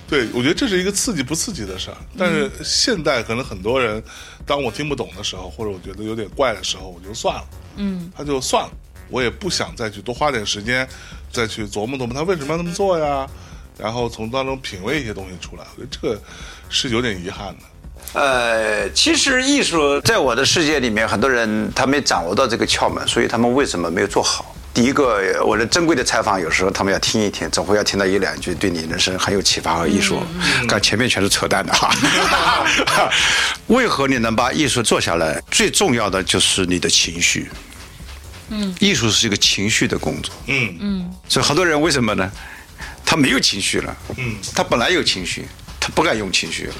对，我觉得这是一个刺激不刺激的事儿。但是现代可能很多人，当我听不懂的时候，或者我觉得有点怪的时候，我就算了，嗯，他就算了，我也不想再去多花点时间再去琢磨琢磨他为什么要那么做呀，然后从当中品味一些东西出来。我觉得这个是有点遗憾的。
呃，其实艺术在我的世界里面，很多人他没掌握到这个窍门，所以他们为什么没有做好？第一个，呃我的珍贵的采访，有时候他们要听一听，总会要听到一两句对你人生很有启发和艺术。看前面全是扯淡的哈。 为何你能把艺术做下来？最重要的就是你的情绪。嗯，艺术是一个情绪的工作。
嗯
所以很多人为什么呢？他没有情绪了，
嗯，
他本来有情绪，他不敢用情绪了。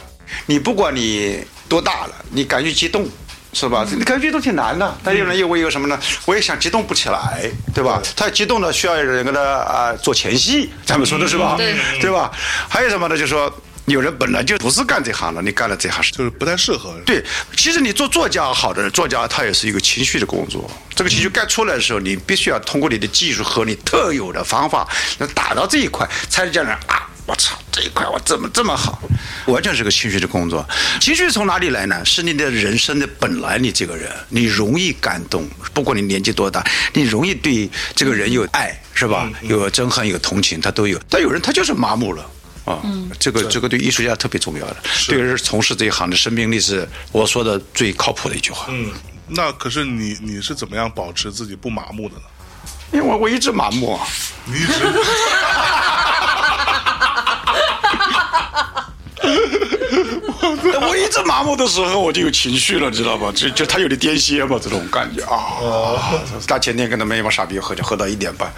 你不管你多大了，你敢于激动，是吧？
嗯
你敢于激动挺难的。但有人又为一个什么呢？我也想激动不起来，对吧？他激动呢，需要有人跟他啊、做前戏，咱们说的是
嗯
吧？
对
对吧？还有什么呢？就说有人本来就不是干这行的，你干了这行是
就是不太适合。
对，其实你做作家好的作家，他也是一个情绪的工作。这个情绪该出来的时候，你必须要通过你的技术和你特有的方法，能打到这一块，才能叫人啊，我操，这一块我怎么这么好？完全是个情绪的工作。情绪从哪里来呢？是你的人生的本来，你这个人，你容易感动，不管你年纪多大，你容易对这个人有爱，是吧？有憎恨，有同情，他都有。但有人他就是麻木了。啊，这个这个对艺术家特别重要的，对于从事这一行的生命力是我说的最靠谱的一句话。
嗯，那可是你你是怎么样保持自己不麻木的呢？
因为我我一直麻木，
你一直。
我一直麻木的时候我就有情绪了，知道吧？就就他有点癫痫嘛，这种感觉啊。大前天跟他们一帮傻逼喝酒，喝到一点半，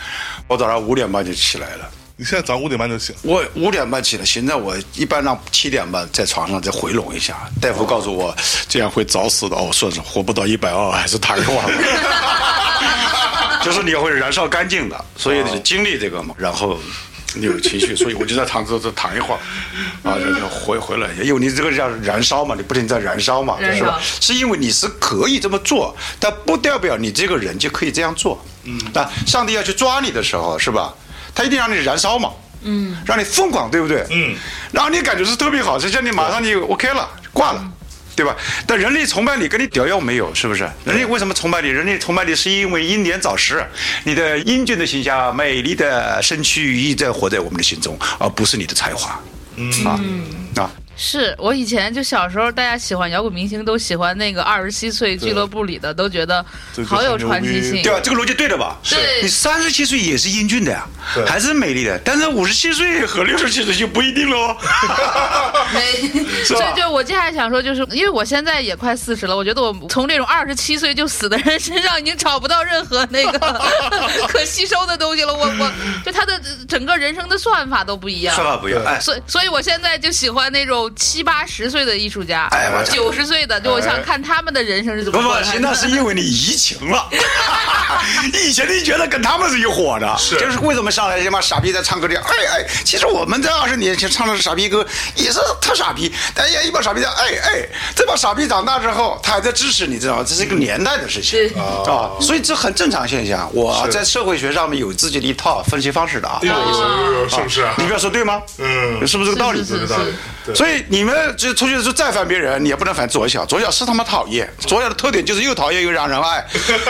我早上五点半就起来了。
你现在早上五点半就醒，
我五点半起来，现在我一般让七点半在床上再回笼一下。大夫告诉我这样会早死的，哦，算是活不到一百二，还是躺一会儿吧。 就是你会燃烧干净的，所以得经历这个嘛，然后。你有情绪，所以我就在躺着这躺一会儿，啊，就就回回来，因为你这个叫燃烧嘛，你不停在燃烧嘛，
燃烧
是吧？是因为你是可以这么做，但不代表你这个人就可以这样做。嗯，那上帝要去抓你的时候，是吧？他一定让你燃烧嘛，嗯，让你疯狂，对不对？
嗯，
然后你感觉是特别好，就叫你马上你 OK 了，挂了。对吧？但人类崇拜你跟你屌用没有，是不是？人类为什么崇拜你？人类崇拜你是因为英年早逝，你的英俊的形象、美丽的身躯一直在活在我们的心中，而不是你的才华。啊啊！
是我以前就小时候，大家喜欢摇滚明星都喜欢那个二十七岁俱乐部里的，都觉得
对
好有
这就很
传
牛
奇
逼
性。
对吧？这个逻辑对的吧？
对
你三十七岁也是英俊的呀
对，
还是美丽的，但是五十七岁和六十七岁就不一定 哦喽。
没，所以就我接下来想说，就是因为我现在也快四十了，我觉得我从这种二十七岁就死的人身上已经找不到任何那个可吸收的东西了。我我就他的整个人生的算法都不一样
说。法不要哎，
所以，所以我现在就喜欢那种七八十岁的艺术家
哎我，
九十岁的，就我想看他们的人生是怎么
不不
过来，的。
那是因为你移情 了。以前你觉得跟他们是一伙的，
是
就是为什么上来他妈傻逼在唱歌这样，哎哎，其实我们在二十年前唱的傻逼歌也是特傻逼，但也一帮傻逼在哎哎，这帮傻逼长大之后他还在支持你，知道吗？这是一个年代的事情
是
啊，所以这很正常现象。我
哦是
在社会学上面有自己的一套分析方式的啊。
呦哎呦呦，是不是啊
你不要说对吗？
嗯
是不是这个道理？
是是
有道理。对
所以你们就出去的时候再反别人，你也不能反左小。左小是他妈讨
嗯
厌，左小的特点就是又讨厌又让人 爱。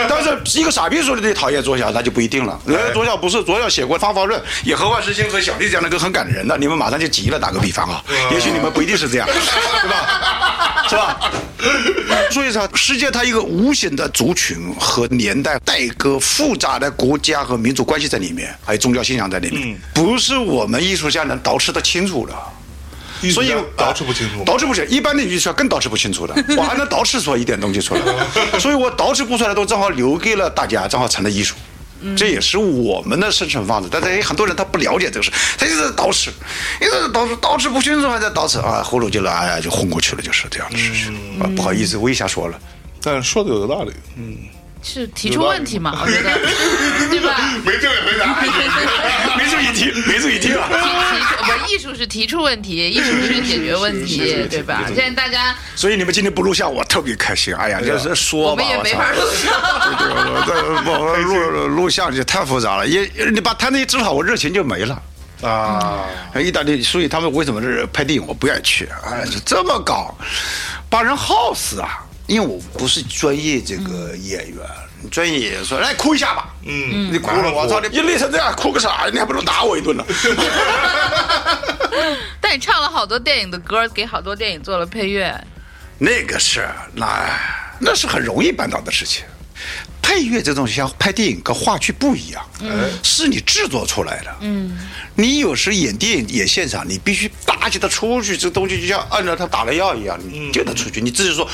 但是一个傻逼说的对讨厌左小，那就不一定了。人家左小不是左小写过《方法论》，也和万事兴和小弟这样的歌很感人的，你们马上就急了。打个比方啊，也许你们不一定是这 样，对吧？是吧？所以说，世界它一个无形的族群和年代代沟、复杂的国家和民族关
嗯
系在里面，还有宗教信仰在里面，不是我们艺术家能捯饬的清楚的。
一直
所以
捯饬不清楚吗
捯饬不清，一般的语句更捯饬不清 楚的，我还能捯饬出来一点东西出 来，所以我捯饬不出来的都正好留给了大家，正好成了艺术。这也是我们的生存方式，但是很多人他不了解这个事，他一直在捯饬，一直在捯饬，捯饬不清楚还在捯饬啊，葫芦就来哎呀就昏过去了，就是这样的事情、啊。不好意思，我一下说了。
但说的有道理，
是提出问题嘛？我觉得，对吧？
没正面回答。
没注意听，没注意听啊！
提提出不，艺术是提出问题，艺术是解决问题，对吧？现在大家
所以你们今天不录像，我特别开心。哎呀，就是
我
说吧，
们也
我
没
操
法录像，
对我这我录录像就太复杂了，也你把摊子一支好，我热情就没了。
啊，
意大利，所以他们为什么是拍电影我不愿意去？哎，就这么搞，把人耗死啊！因为我不是专业这个演员，专业演员说来哭一下吧，嗯，你哭了，我操，你一累成这样，哭个啥？你还不如打我一顿呢。
但你唱了好多电影的歌，给好多电影做了配乐，
那个是那那是很容易办到的事情。配乐这东西像拍电影跟话剧不一样，是你制作出来的。嗯，你有时演电影演现场，你必须搭起它出去，这东西就像按照它打了药一样，你就得出去。你自己说，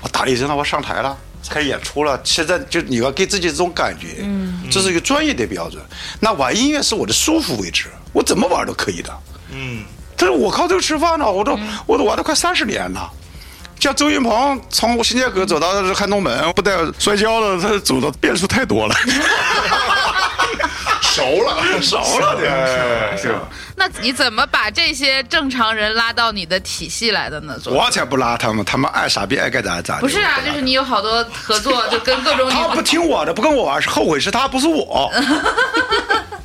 我打了一针了，我上台了。开始演出了，现在就你要给自己这种感觉，嗯，这是一个专业的标准。那玩音乐是我的舒服位置，我怎么玩都可以的。
嗯，
但是我靠这个吃饭呢，我都、我都玩了快三十年了。像周云鹏从新街口走到汉东门，不带摔跤的，他走的变数太多了，
熟了，
着了
哎
这个。
那你怎么把这些正常人拉到你的体系来的呢？左
我才不拉他们，他们爱傻逼爱干咋咋的。
不是啊，
我
就是你有好多合作，就跟各种
他不听我的，不跟我玩，是后悔是他，不是 我。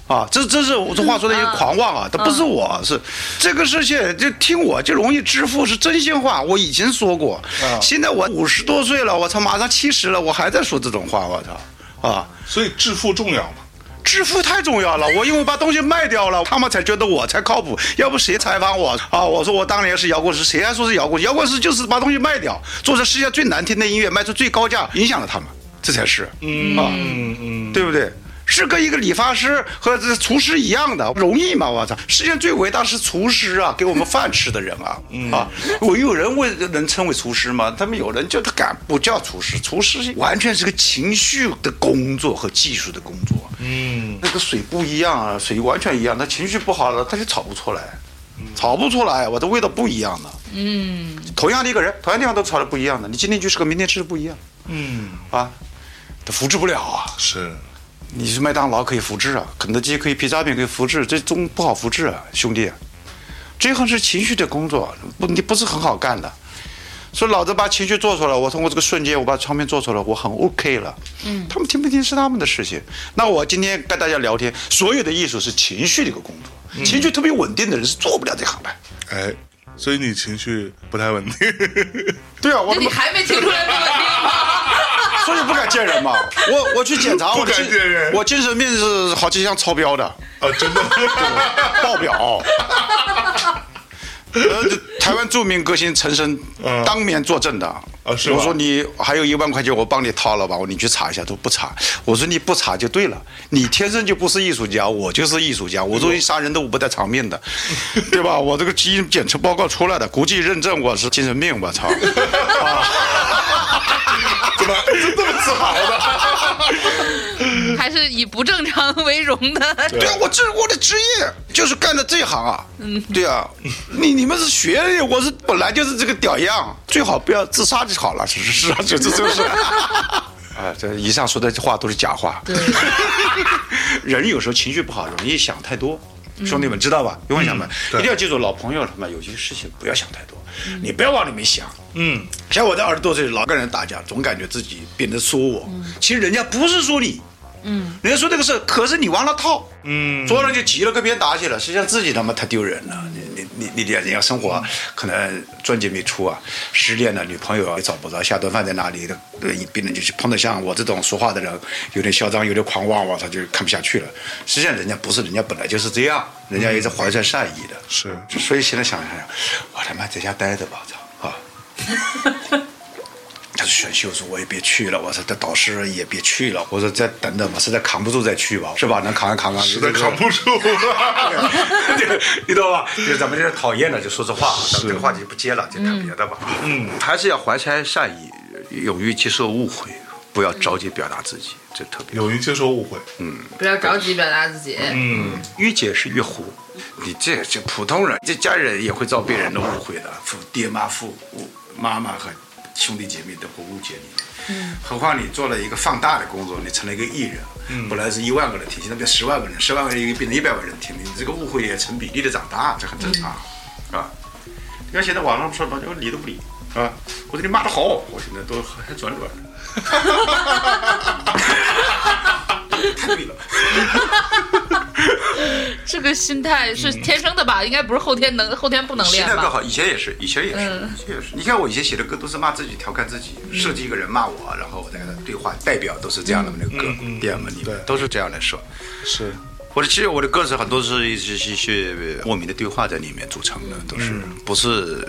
啊，这这是我这话说的一个狂妄
嗯
啊，他不是我，是这个事情就听我就容易致富，是真心话，我以前说过，
嗯
现在我五十多岁了，我操，马上七十了，我还在说这种话，我操，啊，
所以致富重要嘛？
致富太重要了，我因为把东西卖掉了，他们才觉得我才靠谱，要不谁采访我啊？我说我当年是摇滚师，谁还说是摇滚？摇滚师就是把东西卖掉，做成世界最难听的音乐，卖出最高价，影响了他们，这才是，嗯啊，
嗯嗯，
对不对？是跟一个理发师和这厨师一样的，容易吗？我操！世界上最伟大是厨师啊，给我们饭吃的人啊、啊！我有人问能称为厨师吗？他们有人就他敢不叫厨师，厨师完全是个情绪的工作和技术的工作。嗯，那个水不一样啊，水完全一样，他情绪不好了，他就炒不出来，炒不出来，我的味道不一样的。嗯，同样的一个人，同样地方都炒的不一样的，你今天去吃个，明天吃的不一样。嗯，啊，他复制不了啊。
是
你是麦当劳可以复制啊，肯德基可以，披萨饼可以复制，这中不好复制啊，兄弟。这行是情绪的工作，不，你不是很好干的。说老子把情绪做出来，我通过这个瞬间，我把唱片做出来，我很 OK 了。嗯，他们听不听是他们的事情。那我今天跟大家聊天，所有的艺术是情绪的一个工作，情绪特别稳定的人是做不了这行的。
哎，所以你情绪不太稳定，
对啊，我
就你还没听出来这个问题吗？
所以不敢见人嘛。我我去检查，我
不敢
精
见人
我精神病是好几项超标的。
啊，真的，
爆表。呃，台湾著名歌星陈升
嗯
当面作证的。
啊是吗
我说你还有一万块钱，我帮你掏了吧。我说你去查一下，都不查。我说你不查就对了，你天生就不是艺术家，我就是艺术家。我
哎
作为杀人都不带偿命的，对吧？我这个基因检测报告出来的，估计认证我是精神病。我操！
怎么这么自豪的？
还是以不正常为荣的？
对啊，我这我的职业就是干的这行啊。嗯，对啊，你你们是学历，我是本来就是这个屌样，最好不要自杀就好了。是是 是啊，就这就是。啊，这以上说的话都是假话。对， 人有时候情绪不好，容易想太多。兄弟们，知道吧？永远想吧，一定要记住，老朋友了嘛，有些事情不要想太多，你不要往里面想。
嗯，
像我在二十多岁老跟人打架，总感觉自己别人说我，其实人家不是说你，嗯，人家说这个事，可是你忘了套，
嗯
昨晚就急了，跟别人打起来，实际上自己他妈太丢人了。你你你你你人家生活可能专辑没出啊，失恋了，女朋友也找不着，下顿饭在哪里？呃别人就去碰到像我这种说话的人，有点嚣张，有点狂妄，我操，就看不下去了。实际上人家不是，人家本来就是这样，人家也是怀着善意的。
嗯是
所以现在想想，我他妈在家待着吧，操啊！他说选秀说我也别去了，我说这导师也别去了，我说再等等吧，实在扛不住再去吧，是吧？能扛一扛啊，
实在扛不住。
你懂吧？就咱们就是讨厌了，就说这话，咱们这个话题不接了，就谈别的吧。
嗯，还是要怀揣善意，勇于接受误会，不要着急表达自己，这特别。
勇于接受误会，
不要着急表达自己。
嗯，
越解释越糊，
你这这普通人，这家人也会遭别人的误会的，父爹妈父母妈妈和兄弟姐妹都会误解你。嗯，何况你做了一个放大的工作，你成了一个艺人，本来是一万个人听，现在变十万个人，十万个人已经变成一百万人听，你这个误会也成比例的长大，这很正常，啊。你看现在网上说什么，我理都不理。啊！我说你骂的好，我现在都还转转。太对了，
这个心态是天生的吧？应该不是后天能后天不能
现
练
在更
吧？
好，以前也是，以前也是，
嗯
以前也是。你看我以前写的歌都是骂自己、调侃自己，设计一个人骂
嗯
我，然后我再跟他对话，代表都是这样的那个歌
嗯嗯，
第二门里面
对
都是这样来说。
是
我的其实我的歌词很多是一些一些莫名的对话在里面组成的，都是不是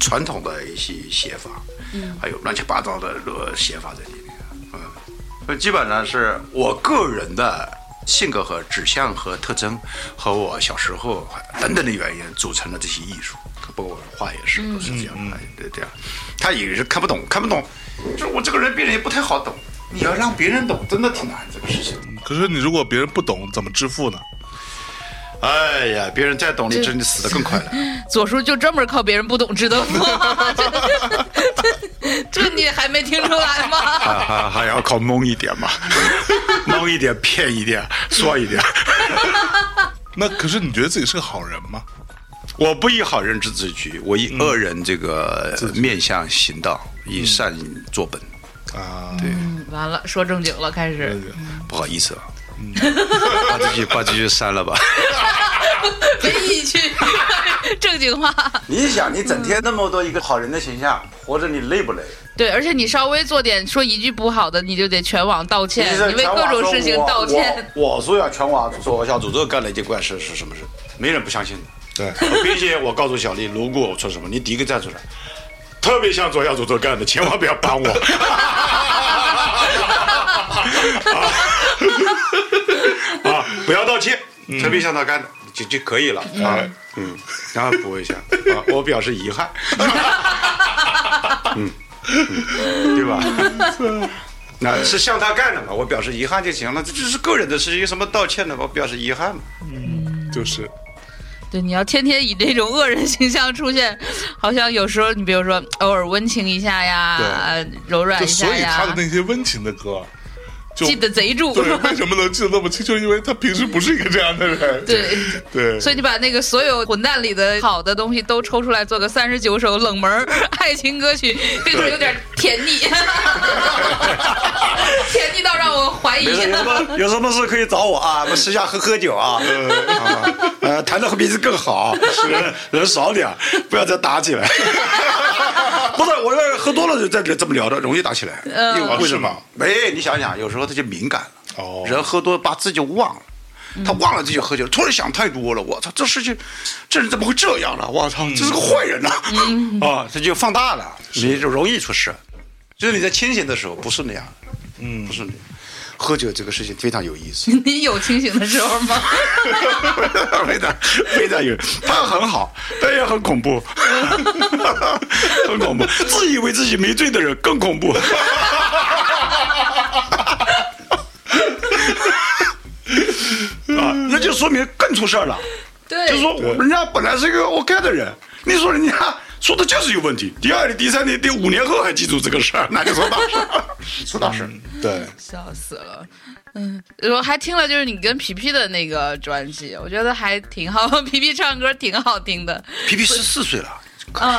传统的一些写法，
嗯
还有乱七八糟的呃写法在里面，嗯，所以基本上是我个人的性格和指向和特征，和我小时候呃等等的原因组成了这些艺术，包括画也是都是这样的，对啊这样，
他也是看不懂，看不懂，就是我这个人别人也不太好懂。你要让别人懂，真的挺难这个事情。
可是你如果别人不懂怎么致富呢？
哎呀，别人再懂你，真的死得更快了。
左叔就专门靠别人不懂知道吗？ 这这 这你还没听出来 吗？
还还要靠蒙一 点嘛，蒙一点，骗一点，说一点。
那可是你觉得自己是个好人吗？
我不以好人之自居，我以恶人这个面向行道，以善作本。
啊，对，
完了，说正经了，开始
不好意 思啊，把这句把这句删了吧。
没意去 正经话。
你想，你整天那么多一个好人的形象，活着你累不累？
对，而且你稍微做点说一句不好的，你就得全网道歉，
这
你为
全
各
网
种
说
事情
我
道歉。。
我我说要全网说我小诅咒干了一件怪事是什么事？没人不相信的。
对，
并且我告诉小丽，如果我说什么，你第一个站出来。特别像左小诅咒干的，千万不要帮 我。啊，不要道歉，特别像他干的就就可以了啊。嗯，然后补 一下啊，我表示遗 憾。嗯，嗯对吧？ 那是像他干的嘛，我表示遗憾就行了，这就是个人的事情，有什么道歉的？我表示遗憾嘛。
就是
对，你要天天以这种恶人形象出现， 好像有时候你比如说偶尔温情一下呀，
对
呃柔软
就
一
所
下
以他的
呀，
那些温情的歌，就
记得贼住。
对，为什么能记得那么清？就是因为他平时不是一个这样的人。
对
对，
所以你把那个所有混蛋里的好的东西都抽出来，做个三十九首冷门儿 爱情歌曲，对你有点甜腻， 甜腻到让我怀疑
没。事，有什么有什么事可以找我啊，我们私下喝喝酒 啊，啊呃，谈的比这更好，人人少点，不要再打起 来。不是，我要喝多了就再这么聊的，容易打起来。因
哦
为为
是
什么
吗？
没，哎你想想，有时候他就敏感了。
哦
人喝多把自己忘了。他忘了自己喝酒，突然想太多了。我操，这事情，这人怎么会这样呢？我操，这是个坏人呐！ 啊，他就放大了，你就容易出事。就是你在清醒的时候不是那样，嗯，不是那样。喝酒这个事情非常有意 思，
你有清醒的时候吗？
非常 非常有，他很好，但也很恐怖， 很恐怖。自以为自己没醉的人更恐 怖。啊，那就说明更出事儿了。
对，
就说人家本来是一个 OK 的人，你说人家说的就是有问题。第二年、第三年、第五年后还记住这个事儿，那就 说大事，出大事。
对，
笑死了。嗯，我还听了就是你跟皮皮的那个专辑，我觉得还挺好， 皮皮唱歌挺好听的。
皮皮十四岁了，可是，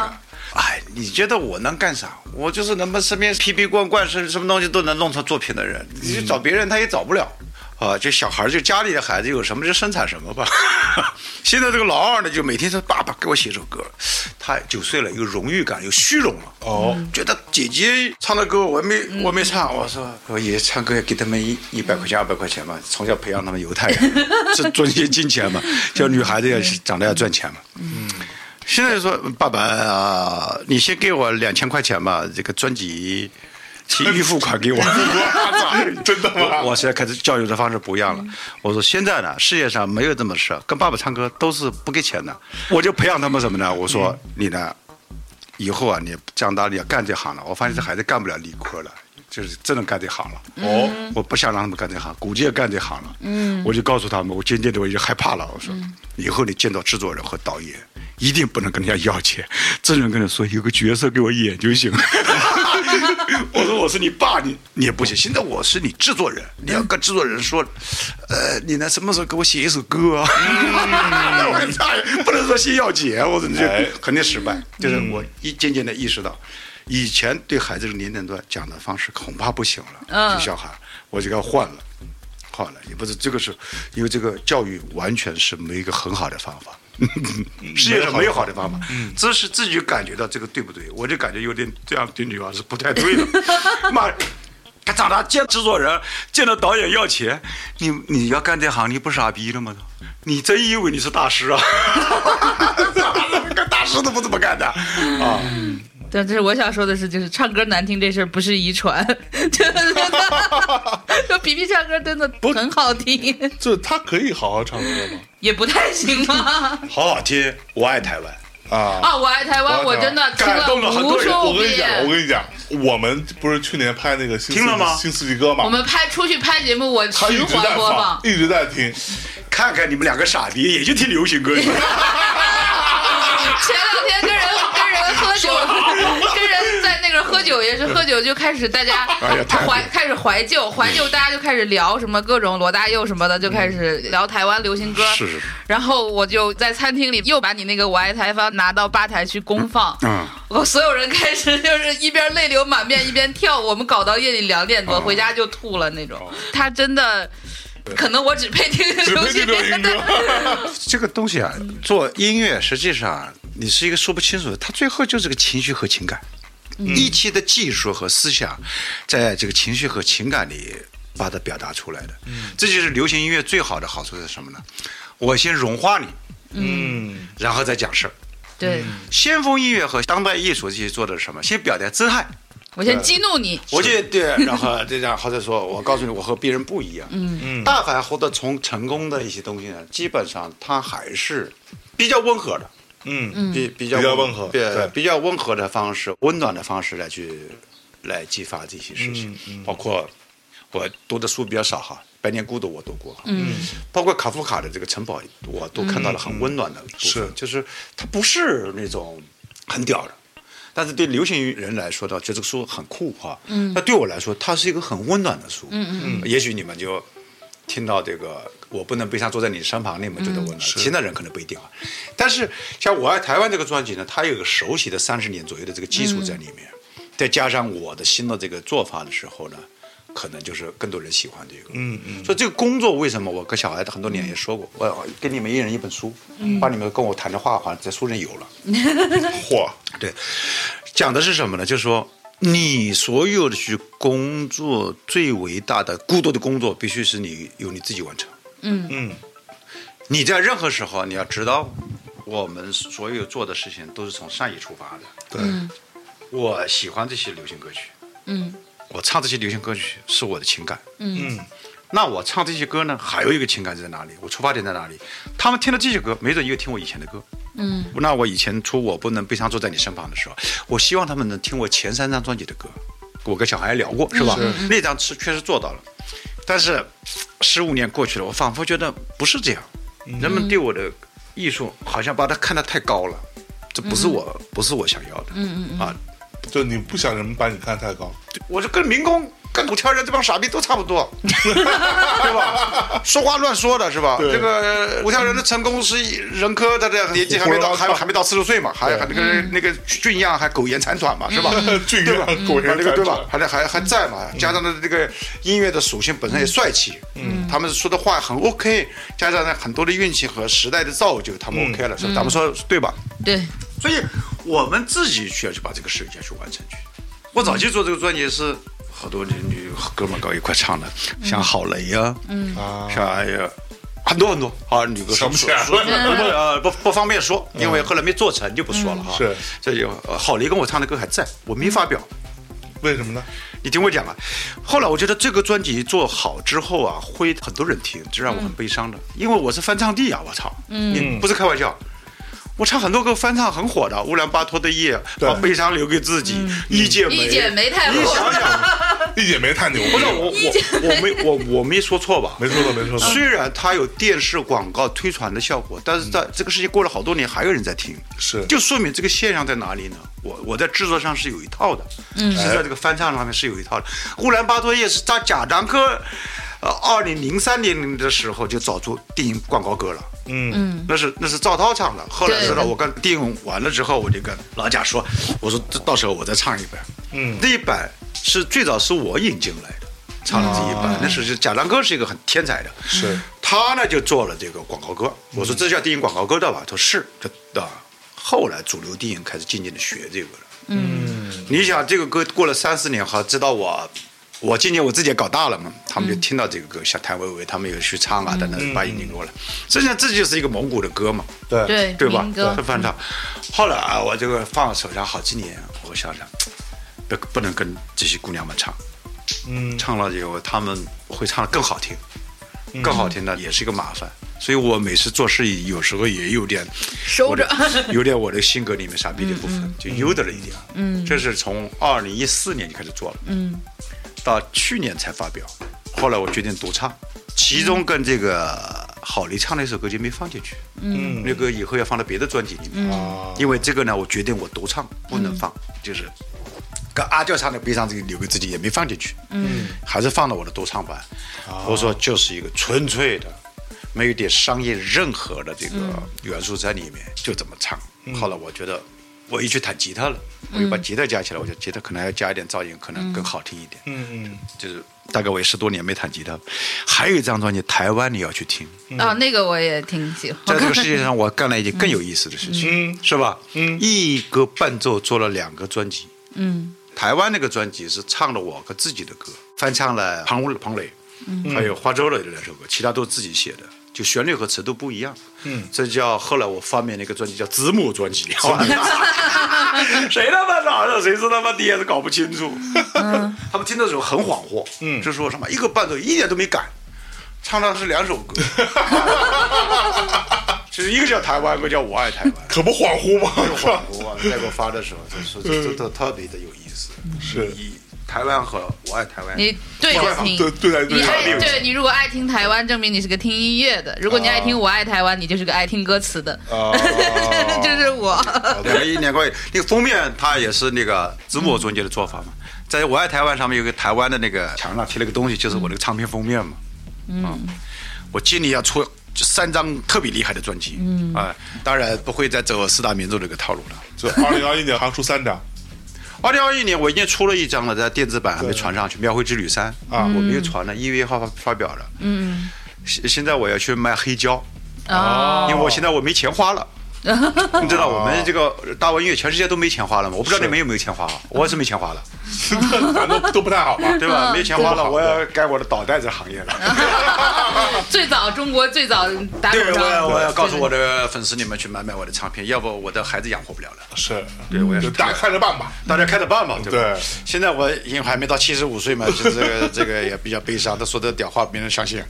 哎，你觉得我能干啥？我就是能把身边皮皮罐罐什什么东西都能弄成作品的人，你去找别人他也找不了。啊，这小孩儿就家里的孩子有什么就生产什么吧。 现在这个老二呢，就每天说爸爸给我写首歌，他九岁了，有荣誉感，有虚荣了。
哦，
觉得姐姐唱的歌我没我没唱，我说我爷爷唱歌也给他们一一百块钱二百块钱嘛，从小培养他们犹太人，是赚些金钱嘛，叫女孩子要长大要赚钱嘛。现在就说爸爸啊，你先给我两千块钱吧，这个专 辑去预付款 给我。
真的吗？
我现在开始教育的方式不一样了。我说现在呢，世界上没有这么事，跟爸爸唱歌都是不给钱的。嗯我就培养他们什么呢？我说、你呢，以后啊，你长大你要干这行了。我发现这孩子干不了理科了，就是真的干这行了。
哦，
我不想让他们干这行，估计也干这行了。嗯，我就告诉他们，我渐渐的我已经害怕了。我说，以后你见到制作人和导演，一定不能跟人家要钱，只能跟人说有个角色给我演就行。 我说我是你爸，你你也不行。现在我是你制作人，你要跟制作人说，呃，你呢什么时候给我写一首歌啊？那 我操，不能说先要钱，我说你这
哎
肯定失败。就是我一渐渐的意识到，以前对孩子的年龄段讲的方式恐怕不行了。
嗯
这小孩，我就给他换了，换了，也不是这个是因为这个教育完全是没有一个很好的方法。世界上没有好的方法，只是自己感觉到这个对不对，我就感觉有点这样对女儿是不太对的。妈，他长大见制作人，见到导演要钱，你你要干这行，你不傻逼了吗？你真以为你是大师啊？干大师都不这么干的啊！
对，这是我想说的是，就是唱歌难听这事儿不是遗传， 真的，就 皮皮唱歌真的很好听，
就是他可以好好唱歌吗？
也不太行 吧？
好好听，我爱台湾。
啊，
啊，我爱台湾，我真的听
感动了很
无
多人
数
哎我跟你讲，
遍。
我跟你讲，我们不是去年拍那个新四
听了吗
新四季歌
我
嘛，
们拍出去拍节目，我
他一
循
直
环
在
播
放
放，。
一直在听，
看看你们两个傻逼，也就听流行歌。
前两天跟人跟人喝酒， 跟人在那个喝酒也是喝酒，就开始大家
哎呀太好
怀开始怀旧，怀旧大家就开始聊什么各种罗大佑什么的，就开始聊台湾流行歌。
嗯是是是
然后我就在餐厅里又把你那个《我爱台湾》拿到吧台去公放。
嗯，
我所有人开始就是一边泪流满面一边跳，我们搞到夜里两
哦
点多，回家就吐了那种。他真的，可能我只配听
只
流
会听
行
流行
歌
歌。
的。
这个东西啊，做音乐实际上啊你是一个说不清楚的，它最后就是个情绪和情感，一切的技术和思想，在这个情绪和情感里把它表达出来的。这就是流行音乐最好的好处是什么呢？我先融化你，
嗯，
然后再讲事儿。
对，
先锋音乐和当代艺术这些做的是什么？先表达姿态，
我先激怒你。
我就对，然后这样，或者说，我告诉你，我和别人不一样。嗯嗯，但凡获得从成功的一些东西呢，基本上它还是比较温和的。
嗯
比比较
比较温和
对
对
比较温和的方式、温暖的方式来去来激发这些事
嗯
情，包括我读的书比较少哈，《白莲孤独》我读过，嗯，包括卡夫卡的这个《城堡》，我都看到了很温暖的部分，
是
就是它不是那种很屌的。但是对流行人来说呢，觉得这个书很酷哈。嗯。那对我来说，它是一个很温暖的书。嗯嗯嗯。也许你们就听到这个“我不能悲伤坐在你身旁”，你们觉得温暖，其他人可能不一定啊。但是像《我爱台湾》这个专辑呢，它有一个熟悉的三十年左右的这个基础在里面，再加上我的新的这个做法的时候呢，可能就是更多人喜欢这个。嗯嗯。所以这个工作为什么我跟小孩子很多年也说过，我给你们一人一本书，把你们跟我谈的话好像在书上有了。
嚯，
对，讲的是什么呢？就是说，你所有的去工作最伟大的、孤独的工作，必须是你由你自己完成。
嗯，
你在任何时候，你要知道，我们所有做的事情都是从善意出发的。
对，
我喜欢这些流行歌曲，
嗯，
我唱这些流行歌曲是我的情感。
嗯，
那我唱这些歌呢，还有一个情感在哪里？我出发点在哪里？他们听了这些歌，没准也有听我以前的歌。嗯，那我以前出《我不能悲伤坐在你身旁》的时候，我希望他们能听我前三张专辑的歌。我跟小孩聊嗯过，是吧？那张是确实做到了，但是十五年过去了，我仿佛觉得不是这样，人们对我的艺术好像把它看得太高了，这不是我，不是我想要的。嗯嗯啊，
就你不想人们把你看太高，
我就跟民工、跟五条人这帮傻逼都差 不多，对吧？说话乱说的是吧？
对
这个五条人的成功是人科，他的年纪还没到，
胡说八
还
道
还没到四十岁嘛，还还那个那个俊样还苟延残喘嘛，是吧？
嗯 俊
对吧嗯
样？苟延
那个
残
对
喘嗯
吧？还在还还在嘛？加上他的这个音乐的属性本身也帅气，嗯，他们说的话很 OK，加上呢很多的运气和时代的造就，他
嗯
们 OK 了，是吧？咱们说对吧？
对，
所以我们自己需要去把这个事情去完成去。我早期做这个专辑是啊
啊
好多女女哥们儿搞一块唱的，像郝蕾呀，嗯，像哎呀，很多很多啊，你个
想不起来了
说说说不呃不不方便说，因为后来没做成就不说了哈。
是，
这就呃郝蕾跟我唱的歌还在，我没发表。
为什么呢？
你听我讲啊，后来我觉得这个专辑做好之后啊，会很多人听，这让我很悲伤的，因为我是翻唱帝啊，我操，嗯，不是开玩笑。我唱很多个翻唱很火的《乌兰巴托的夜》，
对
把悲伤留给自己，一剪梅，
一剪梅太
你
火
想想，
一姐没太牛逼，
不是我我我没我我没说错吧？
没说错，没说错，
虽然它有电视广告推传的效果，但是在这个世界过了好多年，还有人在听，
是
就说明这个现象在哪里呢？我我在制作上是有一套的，嗯，是在这个翻唱上面是有一套的。乌兰巴托夜是在贾樟柯，呃，二零零三年的时候就找出电影广告歌了。
嗯，
那是那是赵涛唱的，后来
对
知道我跟电影完了之后，我就跟老贾说，我说这到时候我再唱一本，
嗯
这一版是最早是我引进来的，唱了这一版，那时候就贾樟柯是一个很天才的，
啊是嗯
他呢就做了这个广告歌，我说这叫电影广告歌的吧，他说是，这啊，后来主流电影开始渐渐的学这个了，嗯，你想这个歌过了三四年哈，直到我。我今年我自己也搞大了嘛，他
嗯
们就听到这个歌，像谭维维他们有去唱啊等等，把引进过来。实际上这就是一个蒙古的歌嘛，
对
对
对吧
民？歌
这翻唱。后来啊，我这个放手上好几年，我想想，不不能跟这些姑娘们唱，
嗯
唱了以后她们会唱的更好听，更好听呢也是一个麻烦。所以我每次做事有时候也有点
收着。
我 的有点我的性格里面傻逼的部分，就悠着了一点。嗯，这是从二零一四年就开始做了，嗯，到去年才发表。后来我决定独唱，其中跟这个郝蕾唱那首歌就没放进去，嗯，那个以后要放到别的专辑里面，
啊，
因为这个呢，我决定我独唱不能放，就是跟阿娇唱的《悲伤》这个留给自己也没放进去，嗯，还是放了我的独唱版。我说就是一个纯粹的，没有一点商业任何的这个元素在里面，就这么唱。后来我觉得我一去弹吉他了，我又把吉他加起来，我觉得吉他可能还要加一点噪音，可能更好听一点。
嗯嗯，
就是大概我也十多年没弹吉他了，还有一张专辑《台湾》，你要去听。
啊，那个我也挺喜欢。
嗯在这个世界上，我干了一件更有意思的事情，是吧？嗯，一个伴奏做了两个专辑，
嗯，
台湾那个专辑是唱了我和自己的歌，翻唱了庞文庞磊，还有花周磊的两首歌，其他都是自己写的。就旋律和词都不一样，嗯，这叫后来我发明了一个专辑叫子母专 辑，谁他妈早上谁是他妈爹也是搞不清楚， 他们听的时候很恍惚，嗯，就说什么一个伴奏一点都没改，唱的是两首歌，就是一个叫台湾，一个叫我爱台湾。
可不恍惚
就恍
吗？
惚啊， 再给我发的时候，就说这这这特别的有意思。
是
以台湾和我爱台湾，
你对着 听，
对对对
你爱
对，
对你如果爱听台湾，证明你是个听音乐的；如果你爱听《我爱台湾》，你就是个爱听歌词的。
哦
啊，
就是我，
呃两个一年关系，那个封面它也是那个子母中间的做法嘛，在我爱台湾上面有个台湾的那个墙上贴了个东西，就是我那个唱片封面嘛。嗯，我今年要出三张特别厉害的专辑，嗯啊，当然不会再走四大名著这个套路了。
就二零二一年还出三张
二零二一年我已经出了一张了，在电子版还没传上去，《庙会之旅三》啊，我没有传呢，一月一号发发表了。嗯，哦现现在我要去卖黑胶，
啊
因为我现在我没钱花 了。你知道我们这个大文音乐全世界都没钱花了吗？我不知道你们有没有钱花，啊我是没钱花了，
反正 都不太好吧？
对嗯吧？没钱花
不
了，
好
我要干我的倒带子行业了。
最早中国最早打口
对，我
罩
要，我要告诉我的粉丝你们去买买我的唱片，要不我的孩子养活不了了。
是，
对我也是
就大家看着办吧。
大家开着办吧，嗯对吧？
对
现在我因为还没到七十五岁 嘛，就这个这个也比较悲伤，他说的屌话没人相 信，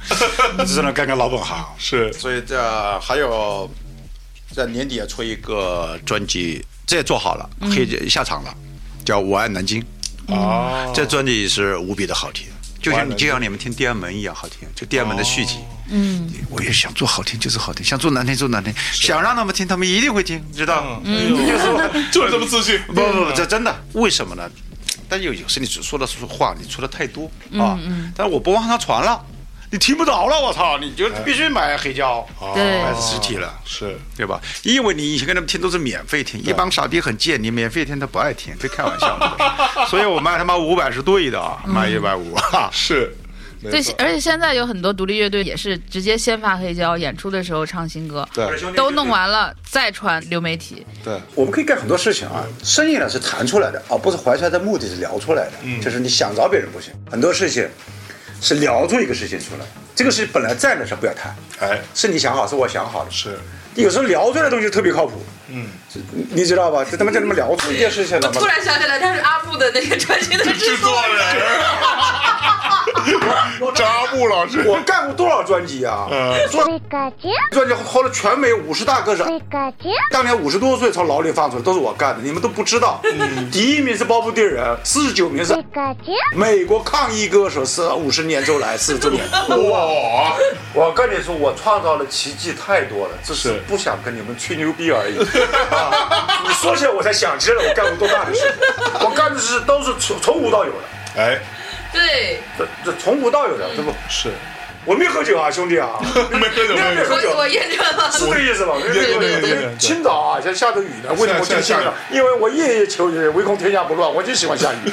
只能干个老本行。
是
所以这还有在年底要出一个专辑，这也做好了，可以下场了，叫《我爱南京》。
哦，
这专辑是无比的好听，就
我爱
像
南
你
京
就像你们听《天安门》一样好听，就《天安门》的续集。嗯，我也想做好听，就是好听；想做难听，做难听。想让他们听，他们一定会听，知道？嗯吗？
就是就是这么自信，
不不不，这真的，为什么呢？但有有时你只说的是话，你说的太多啊。但是我不往上传了，你听不着了，我操！你就必须买黑胶，
对
买实体了。
是
对吧？因为你以前跟他们听都是免费听，一帮傻逼很贱，你免费听他不爱听，这开玩笑嘛。所以我卖他妈五百是对的啊，卖一百 五。
是，没
对
错，
而且现在有很多独立乐队也是直接先发黑胶，演出的时候唱新歌，
对
都弄完了再传流媒体。
对，
我们可以干很多事情啊，生意呢是谈出来的啊，不是怀揣的嗯目的是聊出来的，就是你想着别人不行，很多事情是聊出一个事情出来，这个是本来在那上不要谈，
哎，
是你想好，是我想好的。
是，
有时候聊出来的东西特别靠谱，
嗯，
你你知道吧？这他妈就他妈聊出一件事情来嘛
突。然想起来，他是阿布的那个专辑的制
制作
人。
人，扎布老师，
我干过多少专辑啊？
呃，
Pikachu,
专辑后来全美五十大歌
嗯
手，
Pikachu,
当年五十多岁从牢里放出来，都是我干的，你们都不知道。
嗯
第一名是鲍勃迪伦，四十九名是
Pikachu,
美国抗议歌手，是五十年周来四十周年。
哇，
我跟你说，我创造的奇迹太多了，只是
是
不想跟你们吹牛逼而 已。啊、你说起来，我才想起来我干过多大的事情。我干的事都是从从无到有的，
哎，
对，
这这从无到有的，这不，
是，
我没喝酒啊，兄 弟啊，
没喝酒，
你
没
也没
喝酒
喝，
我我验证了。
是这个意思吧？没
对
喝
对对
酒
对对
清早啊，像下着雨呢，为什么我
下
就下
下
雨？因为我夜夜求雨，唯恐天下不乱，我就喜欢下雨。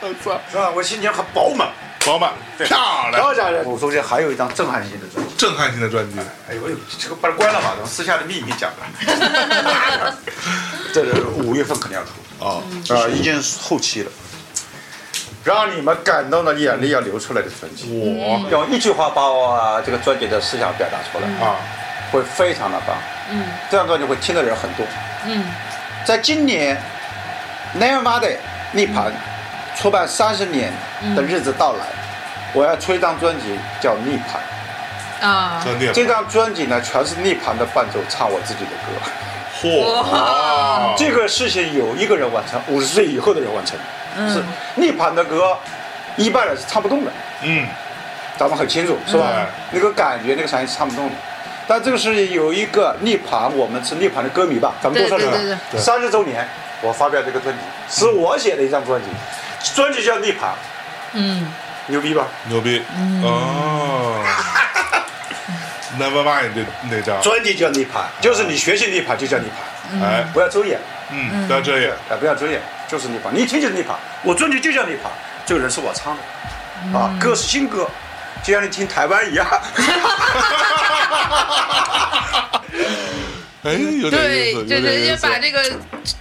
我操，
是吧？我心情很饱满。
老板漂亮，
漂亮！我中间还有一张震撼性的专辑，
震撼性的专辑，
哎呦，这个把它关了吧，咱们私下的秘密讲吧。这是五月份肯定要出。
哦，
啊，已经是后期了，让你们感动的眼泪要流出来的专辑，
我
用一句话把我、啊这个专辑的思想表达出来，
啊，
会非常的棒。
嗯
这张专辑会听的人很多。
嗯，
在今年 n e v e m a d a y 涅槃出版三十年的日子到来，我要出一张专辑叫《涅槃》。
啊，
真的，
这张专辑呢，全是涅槃的伴奏，唱我自己的歌。
嚯，
这个事情有一个人完成，五十岁以后的人完成。是涅槃的歌，一般人是唱不动的。
嗯，
咱们很清楚，是吧？
嗯
那个感觉，那个场景是唱不动的。但这个是有一个涅槃，我们是涅槃的歌迷吧，咱们都说
对对
了
对对
啊三十周年，我发表这个专辑是我写的一张专辑，专辑叫《涅槃》，
嗯，
牛逼吧？
牛逼，哦，Never mind 这那张，
专辑叫《涅槃》，就是你学习涅槃就叫涅槃，
哎，
不要遮掩，
嗯，不要这样，
啊，不要遮掩，就是涅槃，你一听就是涅槃。我专辑就叫涅槃，这个人是我唱的，啊，歌是新歌，就像你听台湾一 样。
哎，有点意
对
思，，
就
有点
人
意
家
思
把这个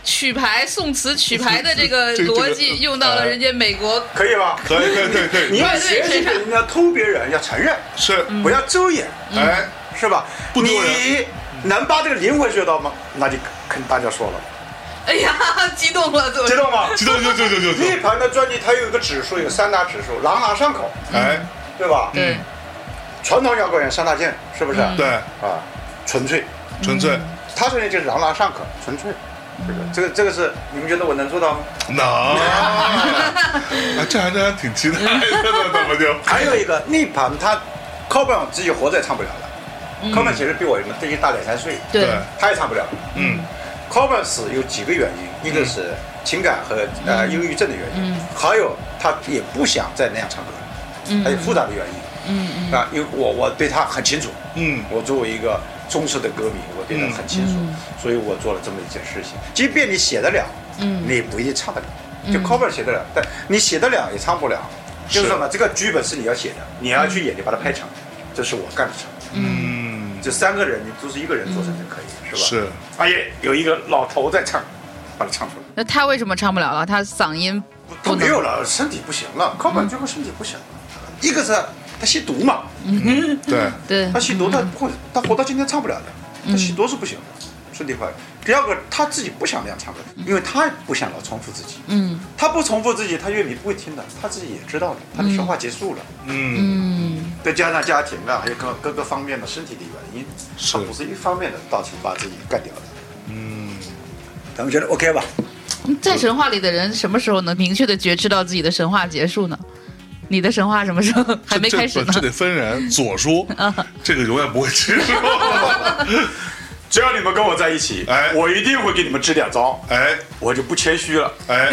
曲牌宋词曲牌的这个
这这呃
逻辑用到了人家美国。
可以吧？
可以可以可以可以，
你要
对对
学习
是
别人，你要偷别人，要承认，
是，
不要遮掩，
哎，
是吧？
不丢人
你能把这个灵魂学到吗？那就跟大家说了，
哎呀，激动了，怎么
呃
知？道吗？
激动就就就就
涅
就，
槃的专辑它有一个指数，有三大指数，朗朗上口，
哎，
对吧？
嗯对，
传统摇滚人三大件，是不是？
对，
啊，纯粹，
纯粹
他说的就是朗朗上口，纯粹。这个这个这个是，你们觉得我能做到吗？
能，啊，这还真还挺期待的，怎么就？
还有一个涅槃，他 c o b a n 自己活着也唱不了了 c o b a n 其实比我们最近大两三岁，
对，
他也唱不了了。
嗯，
Common 死有几个原因，一个是情感和呃忧郁症的原因，还有他也不想再那样唱歌了，还有复杂的原因。
嗯
啊，因为我我对他很清楚，
嗯
我作为一个忠实的歌迷，我对
嗯
他很清楚，所以我做了这么一件事情。即便你写得了，
嗯
你也不一定唱得了。就 cover 写得了，但你写得了也唱不了，就是说呢，这个剧本是你要写的，你要
嗯
去演，你把它拍成，这是我干的事。
嗯，
这三个人，你都是一个人做成就可
嗯
以，是吧？
是，
哎呀，有一个老头在唱，把它唱出来。
那他为什么唱不了了？他嗓音
他
不
没有
能。嗯
了，身体不行了，靠本最后身体不行了。一个是他吸毒嘛，
对，
对
他，吸毒他会，他活到今天唱不了的，他吸毒是不行的，身体坏。第二个他自己不想那样唱歌，因为他不想老重复自己。
嗯
他不重复自己，他乐迷不会听的，他自己也知道的，他的说话结束了。
嗯，
嗯，
再加上家庭啊，还有各各个方面的身体的原因，
是
他不是一方面的到处把自己干掉的。嗯，咱们觉得 OK 吧？
在神话里的人什么时候能明确的觉知到自己的神话结束呢？你的神话什么时候还没
这
开始
这
呢啊
这？得分人，左说，这个永远不会接受，
只要你们跟我在一起，
哎
我一定会给你们支点招，
哎
我就不谦虚了。
哎，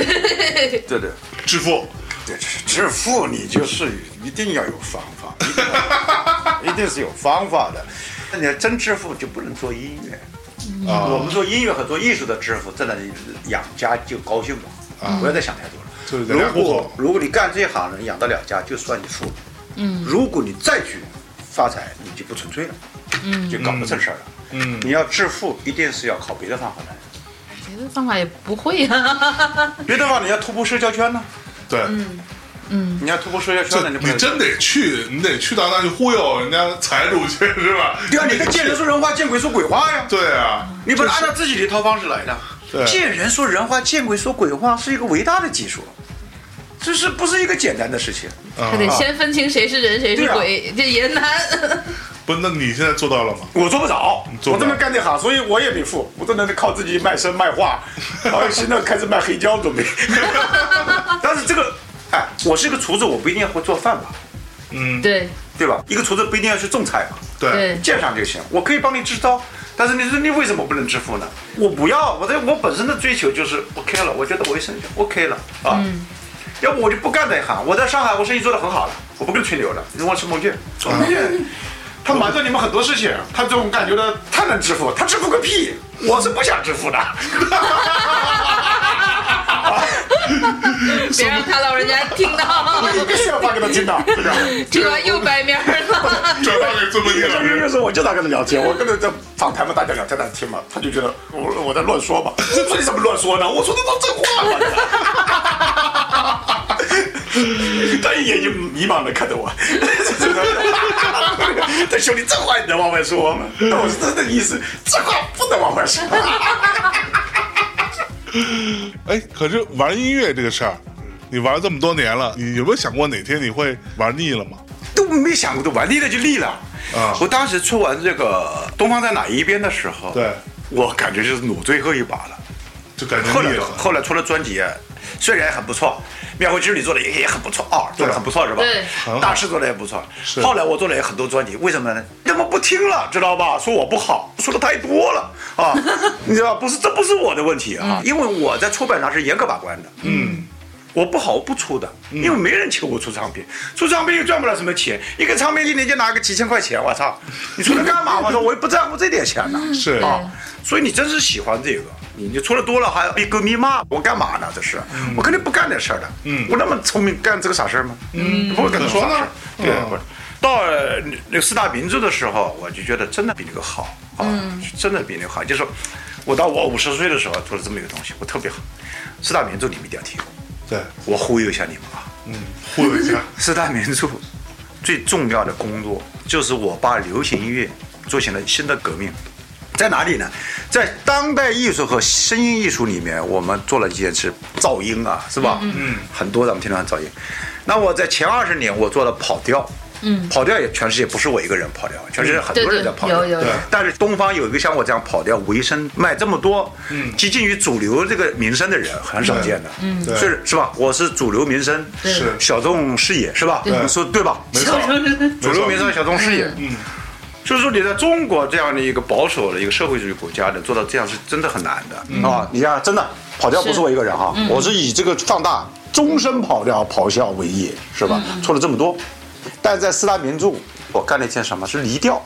对对。
致富，
对，致富你就是一定要有方法，一定要有 一定是有方法的。那你要真致富就不能做音乐。我们做音乐和做艺术的致富，真的养家就高兴了，不要再想太多了。
就是养家
如
糊口
果如果你干这行能养得了家，就算你富了。嗯，如果你再去发财，你就不纯粹了，嗯，就搞不成事儿了。
嗯
你要致富，一定是要靠别的方法来。
别哎的方法也不会啊呀。
别的话，你要突破社交圈呢，
对，
嗯你要突破社交圈
这
呢，你不
你
能。
真得去，你得去到那去忽悠人家财主去是吧？
对啊，你跟见人说人话，见鬼说鬼话呀！
对啊，
你不能按照自己的一套方式来的
对。
见人说人话，见鬼说鬼话，是一个伟大的技术，这是不是一个简单的事情？
啊
还得先分清谁是人谁是鬼，这也难。
不，那你现在做到了吗？
我做不着，
做不
我
着
这么干这行，所以我也没富，我只能靠自己卖身卖画，然后现在开始卖黑胶准备。 但是这个，哎，我是一个厨子，我不一定要会做饭吧，
嗯，
对
对吧？一个厨子不一定要去种菜吧，
对，
对，
鉴赏就行，我可以帮你支招。但是你说你为什么不能致富呢？我不要，我的我本身的追求就是 OK 了，我觉得我一生就 OK 了啊，要不我就不干这一行。我在上海，我生意做得很好了，我不跟吹牛了。你问我是孟俊，孟俊、他瞒着你们很多事情，他总感觉到他能致富，他致富个屁，我是不想致 富的。
别让他老人家听 到，
你必须要发给他听到，对吧？
这个又白面了。
转发给这么一个
这
老
个就
人，
是我经常跟他聊天，我跟他在访谈嘛，大家聊天在听嘛，他就觉得我我在乱说嘛， 我说你怎么乱说呢？我说的都真 话嘛。他一眼睛迷茫的看着我， 他兄弟 这话你能往外说吗？那我是真的意思，这话不能往外说。
哎，可是玩音乐这个事儿，你玩这么多年了，你有没有想过哪天你会玩腻了吗？
都没想过，都玩腻了就腻了。
啊
我当时出完这个《东方在哪一边》的时候，
对，
我感觉就是努最后一把了。
就感觉
后来
腻了。
后来出了专辑，虽然也很不错，庙会之旅做的也也很不错啊，做的很不错是吧？
对
很好
大师做的也不错
是。
后来我做了也很多专辑，为什么呢？他们不听了，知道吧？说我不好，说的太多了 啊，你知道不是？这不是我的问题
嗯
啊，因为我在出版上是严格把关的。嗯。我不好，我不出的，
嗯
因为没人求我出唱片，出唱片又赚不了什么钱，一个唱片一年就拿个几千块钱，我操，你出来干嘛？我说我也不在乎这点钱呢。
是
啊，所以你真是喜欢这个，你你出了多了还被歌迷骂，我干嘛呢？这是，我肯定不干这事儿的。嗯，我那么聪明，干这个傻事儿吗？嗯，不会干这种傻事儿。对，不是。到呃那个四大名著的时候，我就觉得真的比那个好啊，真的比那个好。就是我到我五十岁的时候做了这么一个东西，我特别好。四大名著你们一定要听，
对，
我忽悠一下你们啊。
忽悠一 下，
四大名著最重要的工作，就是我把流行音乐做起了新的革命，在哪里呢？在当代艺术和声音艺术里面，我们做了一件事，噪音啊，是吧？嗯，很多咱们听到的噪音。那我在前二十年，我做了跑调。嗯，跑调也全世界不是我一个人跑调，全世界很多人在跑调。
对对有有有
但是东方有一个像我这样跑调为生卖这么多，嗯，接近于主流这个名声的人很少见的。嗯，
对
是是吧？我是主流名声，
对
是
小众视野是吧？
对
说对吧？
没错，
主流民
没
生
错
小众视野，嗯，就是说你在中国这样的一个保守的一个社会主义国家的做到这样是真的很难的啊！你看，真的跑调不是我一嗯个人哈，我是以这个放大终身跑调咆哮为业，是吧？错了这么多，但在四大名著，我干了一件什么？是离调。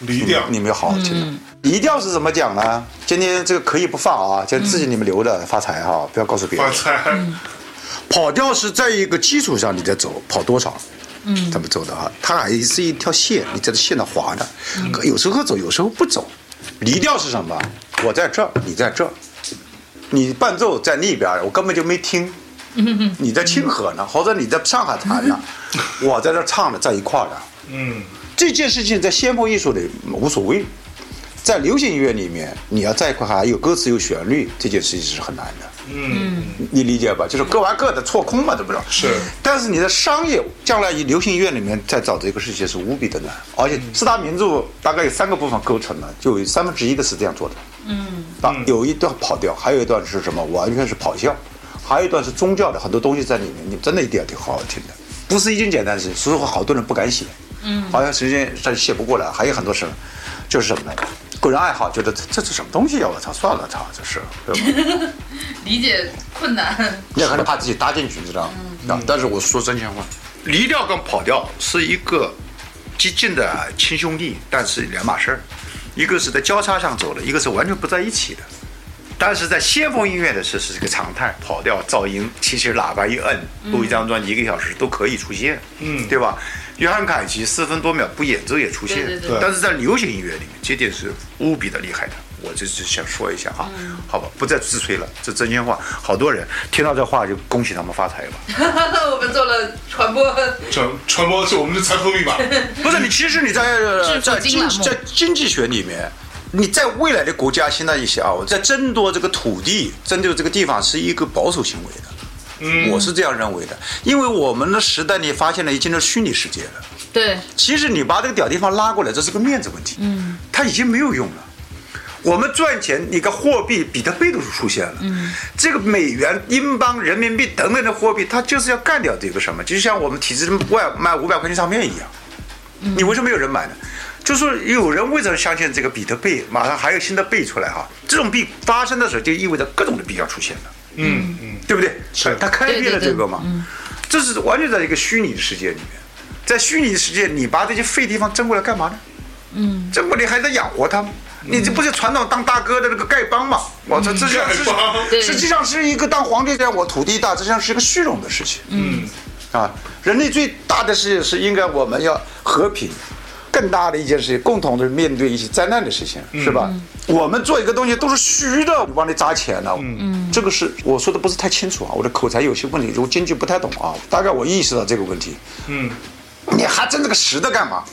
离掉
你们要好好听。离调是怎么讲呢？今天这个可以不放啊，今天自己你们留着发财哈、不要告诉别人
发。财，
嗯
跑调是在一个基础上你在走，跑多少，嗯，怎么走的啊？它还是一条线，你在这线上划的，可有时候走，有时候不走。离调是什么？我在这儿，你在这儿，你伴奏在那边，我根本就没听。你在清河呢，或者你在上海弹呢，我在这儿唱的，在一块儿的。
嗯，
这件事情在先锋艺术里无所谓，在流行音乐里面，你要在一块还有歌词有旋律，这件事情是很难的。
嗯，
你理解吧？就是各玩各的，错空嘛，对不对？
是
但是你的商业将来以流行音乐里面再找这个事情是无比的难，而且四大名著大概有三个部分构成的，就有三分之一的是这样做的。嗯，啊，有一段跑调，还有一段是什么？完全是咆哮，还有一段是宗教的，很多东西在里面，你真的一定要听，好好听的，不是一件简单的事情。所以说，好多人不敢写，嗯，好像时间他写不过来，还有很多事儿，就是什么呢？个人爱好，觉得这这是什么东西呀、我操，算了，操，这是，对 吧？
理解困难，
也可能怕自己搭进去，你知道吗？啊但是我说真心话，离调跟跑调是一个激进的亲兄弟，但是两码事儿，一个是在交叉上走的，一个是完全不在一起的。但是在先锋音乐的是是这个常态，跑调、噪音，其实喇叭一摁，录一张专辑一个小时都可以出现，嗯，对吧？约翰凯奇四分多秒不演奏也出现，
对对对
但是在流行音乐里面，这点是无比的厉害的。我这是想说一下啊，
嗯
好吧，不再自吹了，这真心话。好多人听到这话就恭喜他们发财吧。
我们做了传播，
传传播是我们的财富密 码。
不是你，其实你在呃
致富
在
金
经
栏目
在经济学里面，你在未来的国家现在一些啊，我在争夺这个土地、争夺这个地方是一个保守行为的。
嗯
我是这样认为的，因为我们的时代你发现了已经是虚拟世界了。
对，
其实你把这个屌地方拉过来，这是个面子问题。嗯，它已经没有用了。我们赚钱，你个货币比特币都出现了，嗯，这个美元、英镑、人民币等等的货币，它就是要干掉这个什么，就像我们体制外卖五百块钱唱片一样，
嗯
你为什么有人买呢？就是有人为什么相信这个比特币？马上还有新的币出来哈，这种币发生的时候，就意味着各种的币要出现了。
嗯嗯，
对不对？是它开辟了这个嘛，
对对对嗯
这是完全在一个虚拟的世界里面，在虚拟的世界，你把这些废地方争过来干嘛呢？嗯，争过来还得养活他们。你这不是传统当大哥的那个丐帮嘛？我操，这像
嗯丐帮
是实际上是一个当皇帝这样，我土地大，这像是一个虚荣的事情。嗯，啊，人类最大的事情是应该我们要和平，更大的一件事情，共同的面对一些灾难的事情，是吧？我们做一个东西都是虚的，我帮你砸钱了。嗯，这个是我说的不是太清楚啊，我的口才有些问题，如果京剧不太懂啊，大概我意识到这个问题。
嗯，
你还争这个实的干嘛？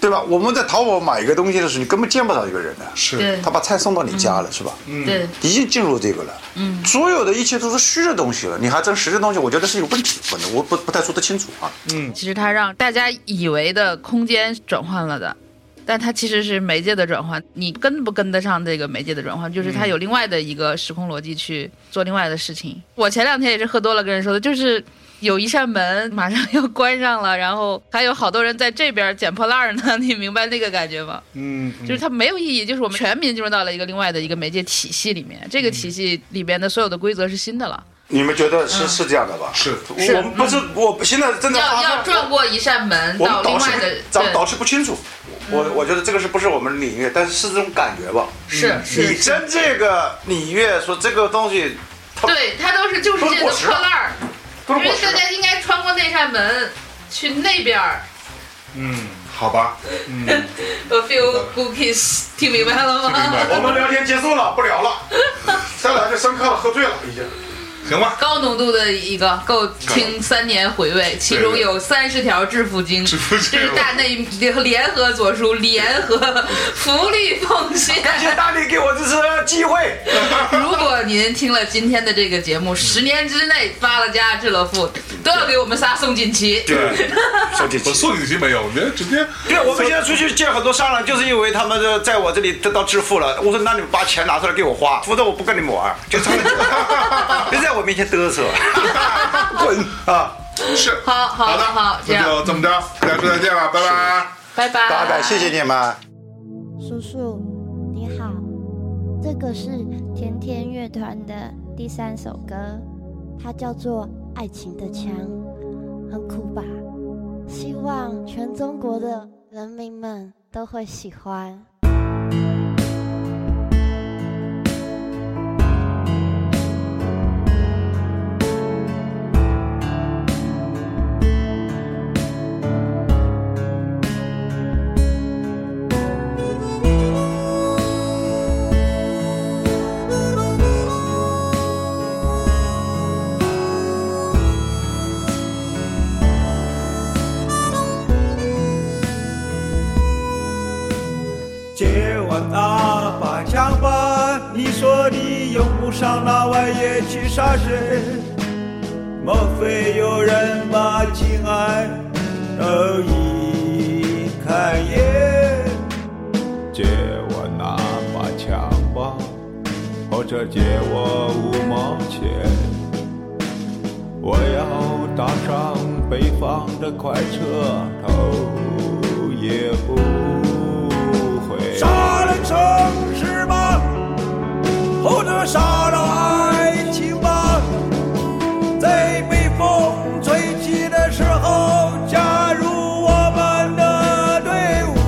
对吧？我们在淘宝买一个东西的时候，你根本见不到一个人的，
是
对
他把菜送到你家了，是吧？
对，
已经进入这个了，嗯，所有的一切都是虚的东西了，你还争实的东西，我觉得是有问题，可能我不不太说得清楚啊。
其实它让大家以为的空间转换了的，但它其实是媒介的转换。你跟不跟得上这个媒介的转换，就是它有另外的一个时空逻辑去做另外的事情。我前两天也是喝多了跟人说的，就是。有一扇门马上要关上了，然后还有好多人在这边捡破烂儿呢，你明白那个感觉吗？
嗯，
就是它没有意义，就是我们全民进入到了一个另外的一个媒介体系里面，这个体
嗯
系里边的所有的规则是新的了。
你们觉得是、是这样的吧？
是
我我们不是，我现在正
嗯
在
要
发
要
散
转过一扇门
我们
到另
导师
外的，
咱
对
们
嗯
导师不清楚，我我觉得这个是不是我们领域，但是是这种感觉吧。
是
你
是是，
真这个领域说这个东西，它
对，它都是就是这个破烂儿，
都是
因
过
为
时
大
的。
家应该穿过那扇门去那边儿。
嗯，好吧，
A few cookies，听明白了
明白
吗？
我
了，
们聊天结束了，不聊了，再来就深刻了，喝醉了已经。
行吧，
高浓度的一个，够听三年回味，其中有三十条致富经，
致富
这
经
是大内联合左书联合福利奉献。
感谢大力给我这次机会，
如果您听了今天的这个节目，十年之内发了家致了富，都要给我们仨送锦旗。
小姐
我送锦旗没有，我觉得直接
对，我们现在出去见很多商人，就是因为他们在我这里得到致富了。我说那你们把钱拿出来给我花，否则我不跟你们玩，就这么 别在我面前嘚瑟，滚啊！
是
好好
的
好好这
那
样
就这么着，大家说再见了，拜拜。
拜拜，
大胆，谢谢你们。
叔叔，你好，这个是甜甜乐团的第三首歌，它叫做《爱情的枪》，很酷吧？希望全中国的人民们都会喜欢。
今晚阿爸加班，你说你用不上那碗夜去洒水，莫非有人把情爱都移开耶？借我那把枪吧，或者借我五毛钱，我要搭上北方的快车，头也不回。杀了城市吧，或者杀了爱情吧，在被风吹起的时候，加入我们的队伍。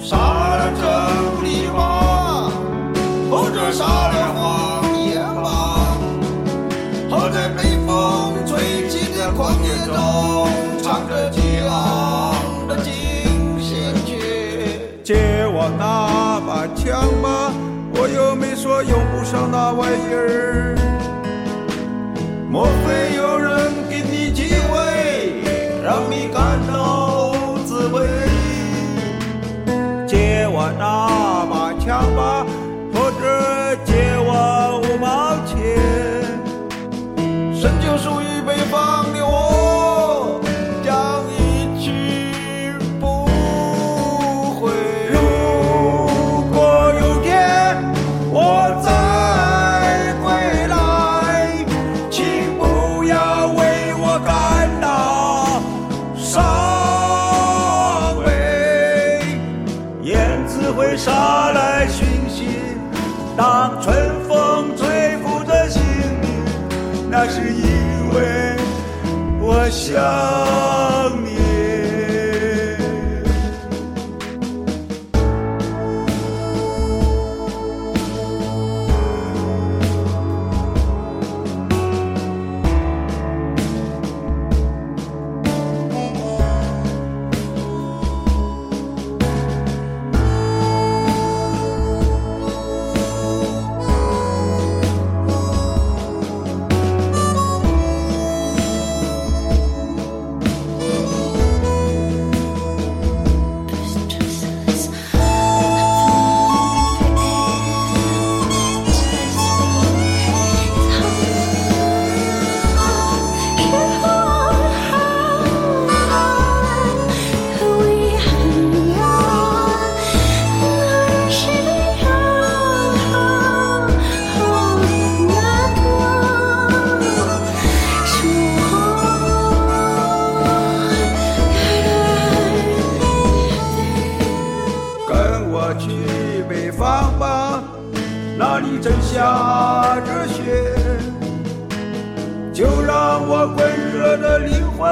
杀了真理吧，或者杀了谎言吧。好在北风吹起的狂野中，唱着激昂的进行曲。借我那把把枪吧，我又没说用不上那玩意儿。莫非有人给你机会，让你感到滋味？借我那把枪吧，或者借我五毛钱。身就属于北方的我，将一去不回。如果有天我再归来，请不要为我感到伤悲。燕子会捎来讯息，当春风吹拂着心里。那是因为我想你。跟我去北方吧，那里正下着雪，就让我滚热的灵魂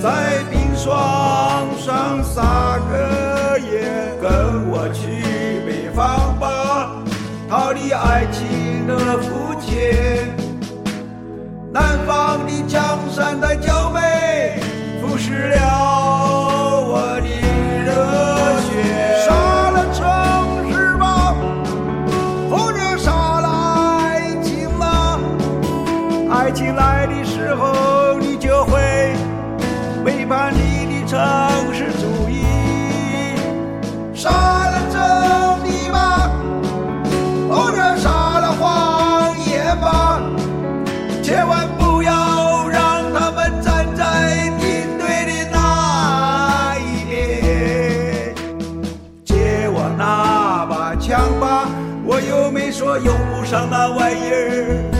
在冰霜上撒个野。跟我去北方吧，逃离爱情的肤浅。南方的江山在娇美，腐蚀了我的热血。杀了城市吧，或者杀了爱情吧，爱情来的时候，你就会背叛你的城市主义。杀了真理吧，或者杀了谎言吧。千万不要让他们站在敌对的那一边。借我那把枪吧，我又没说用不上那玩意儿。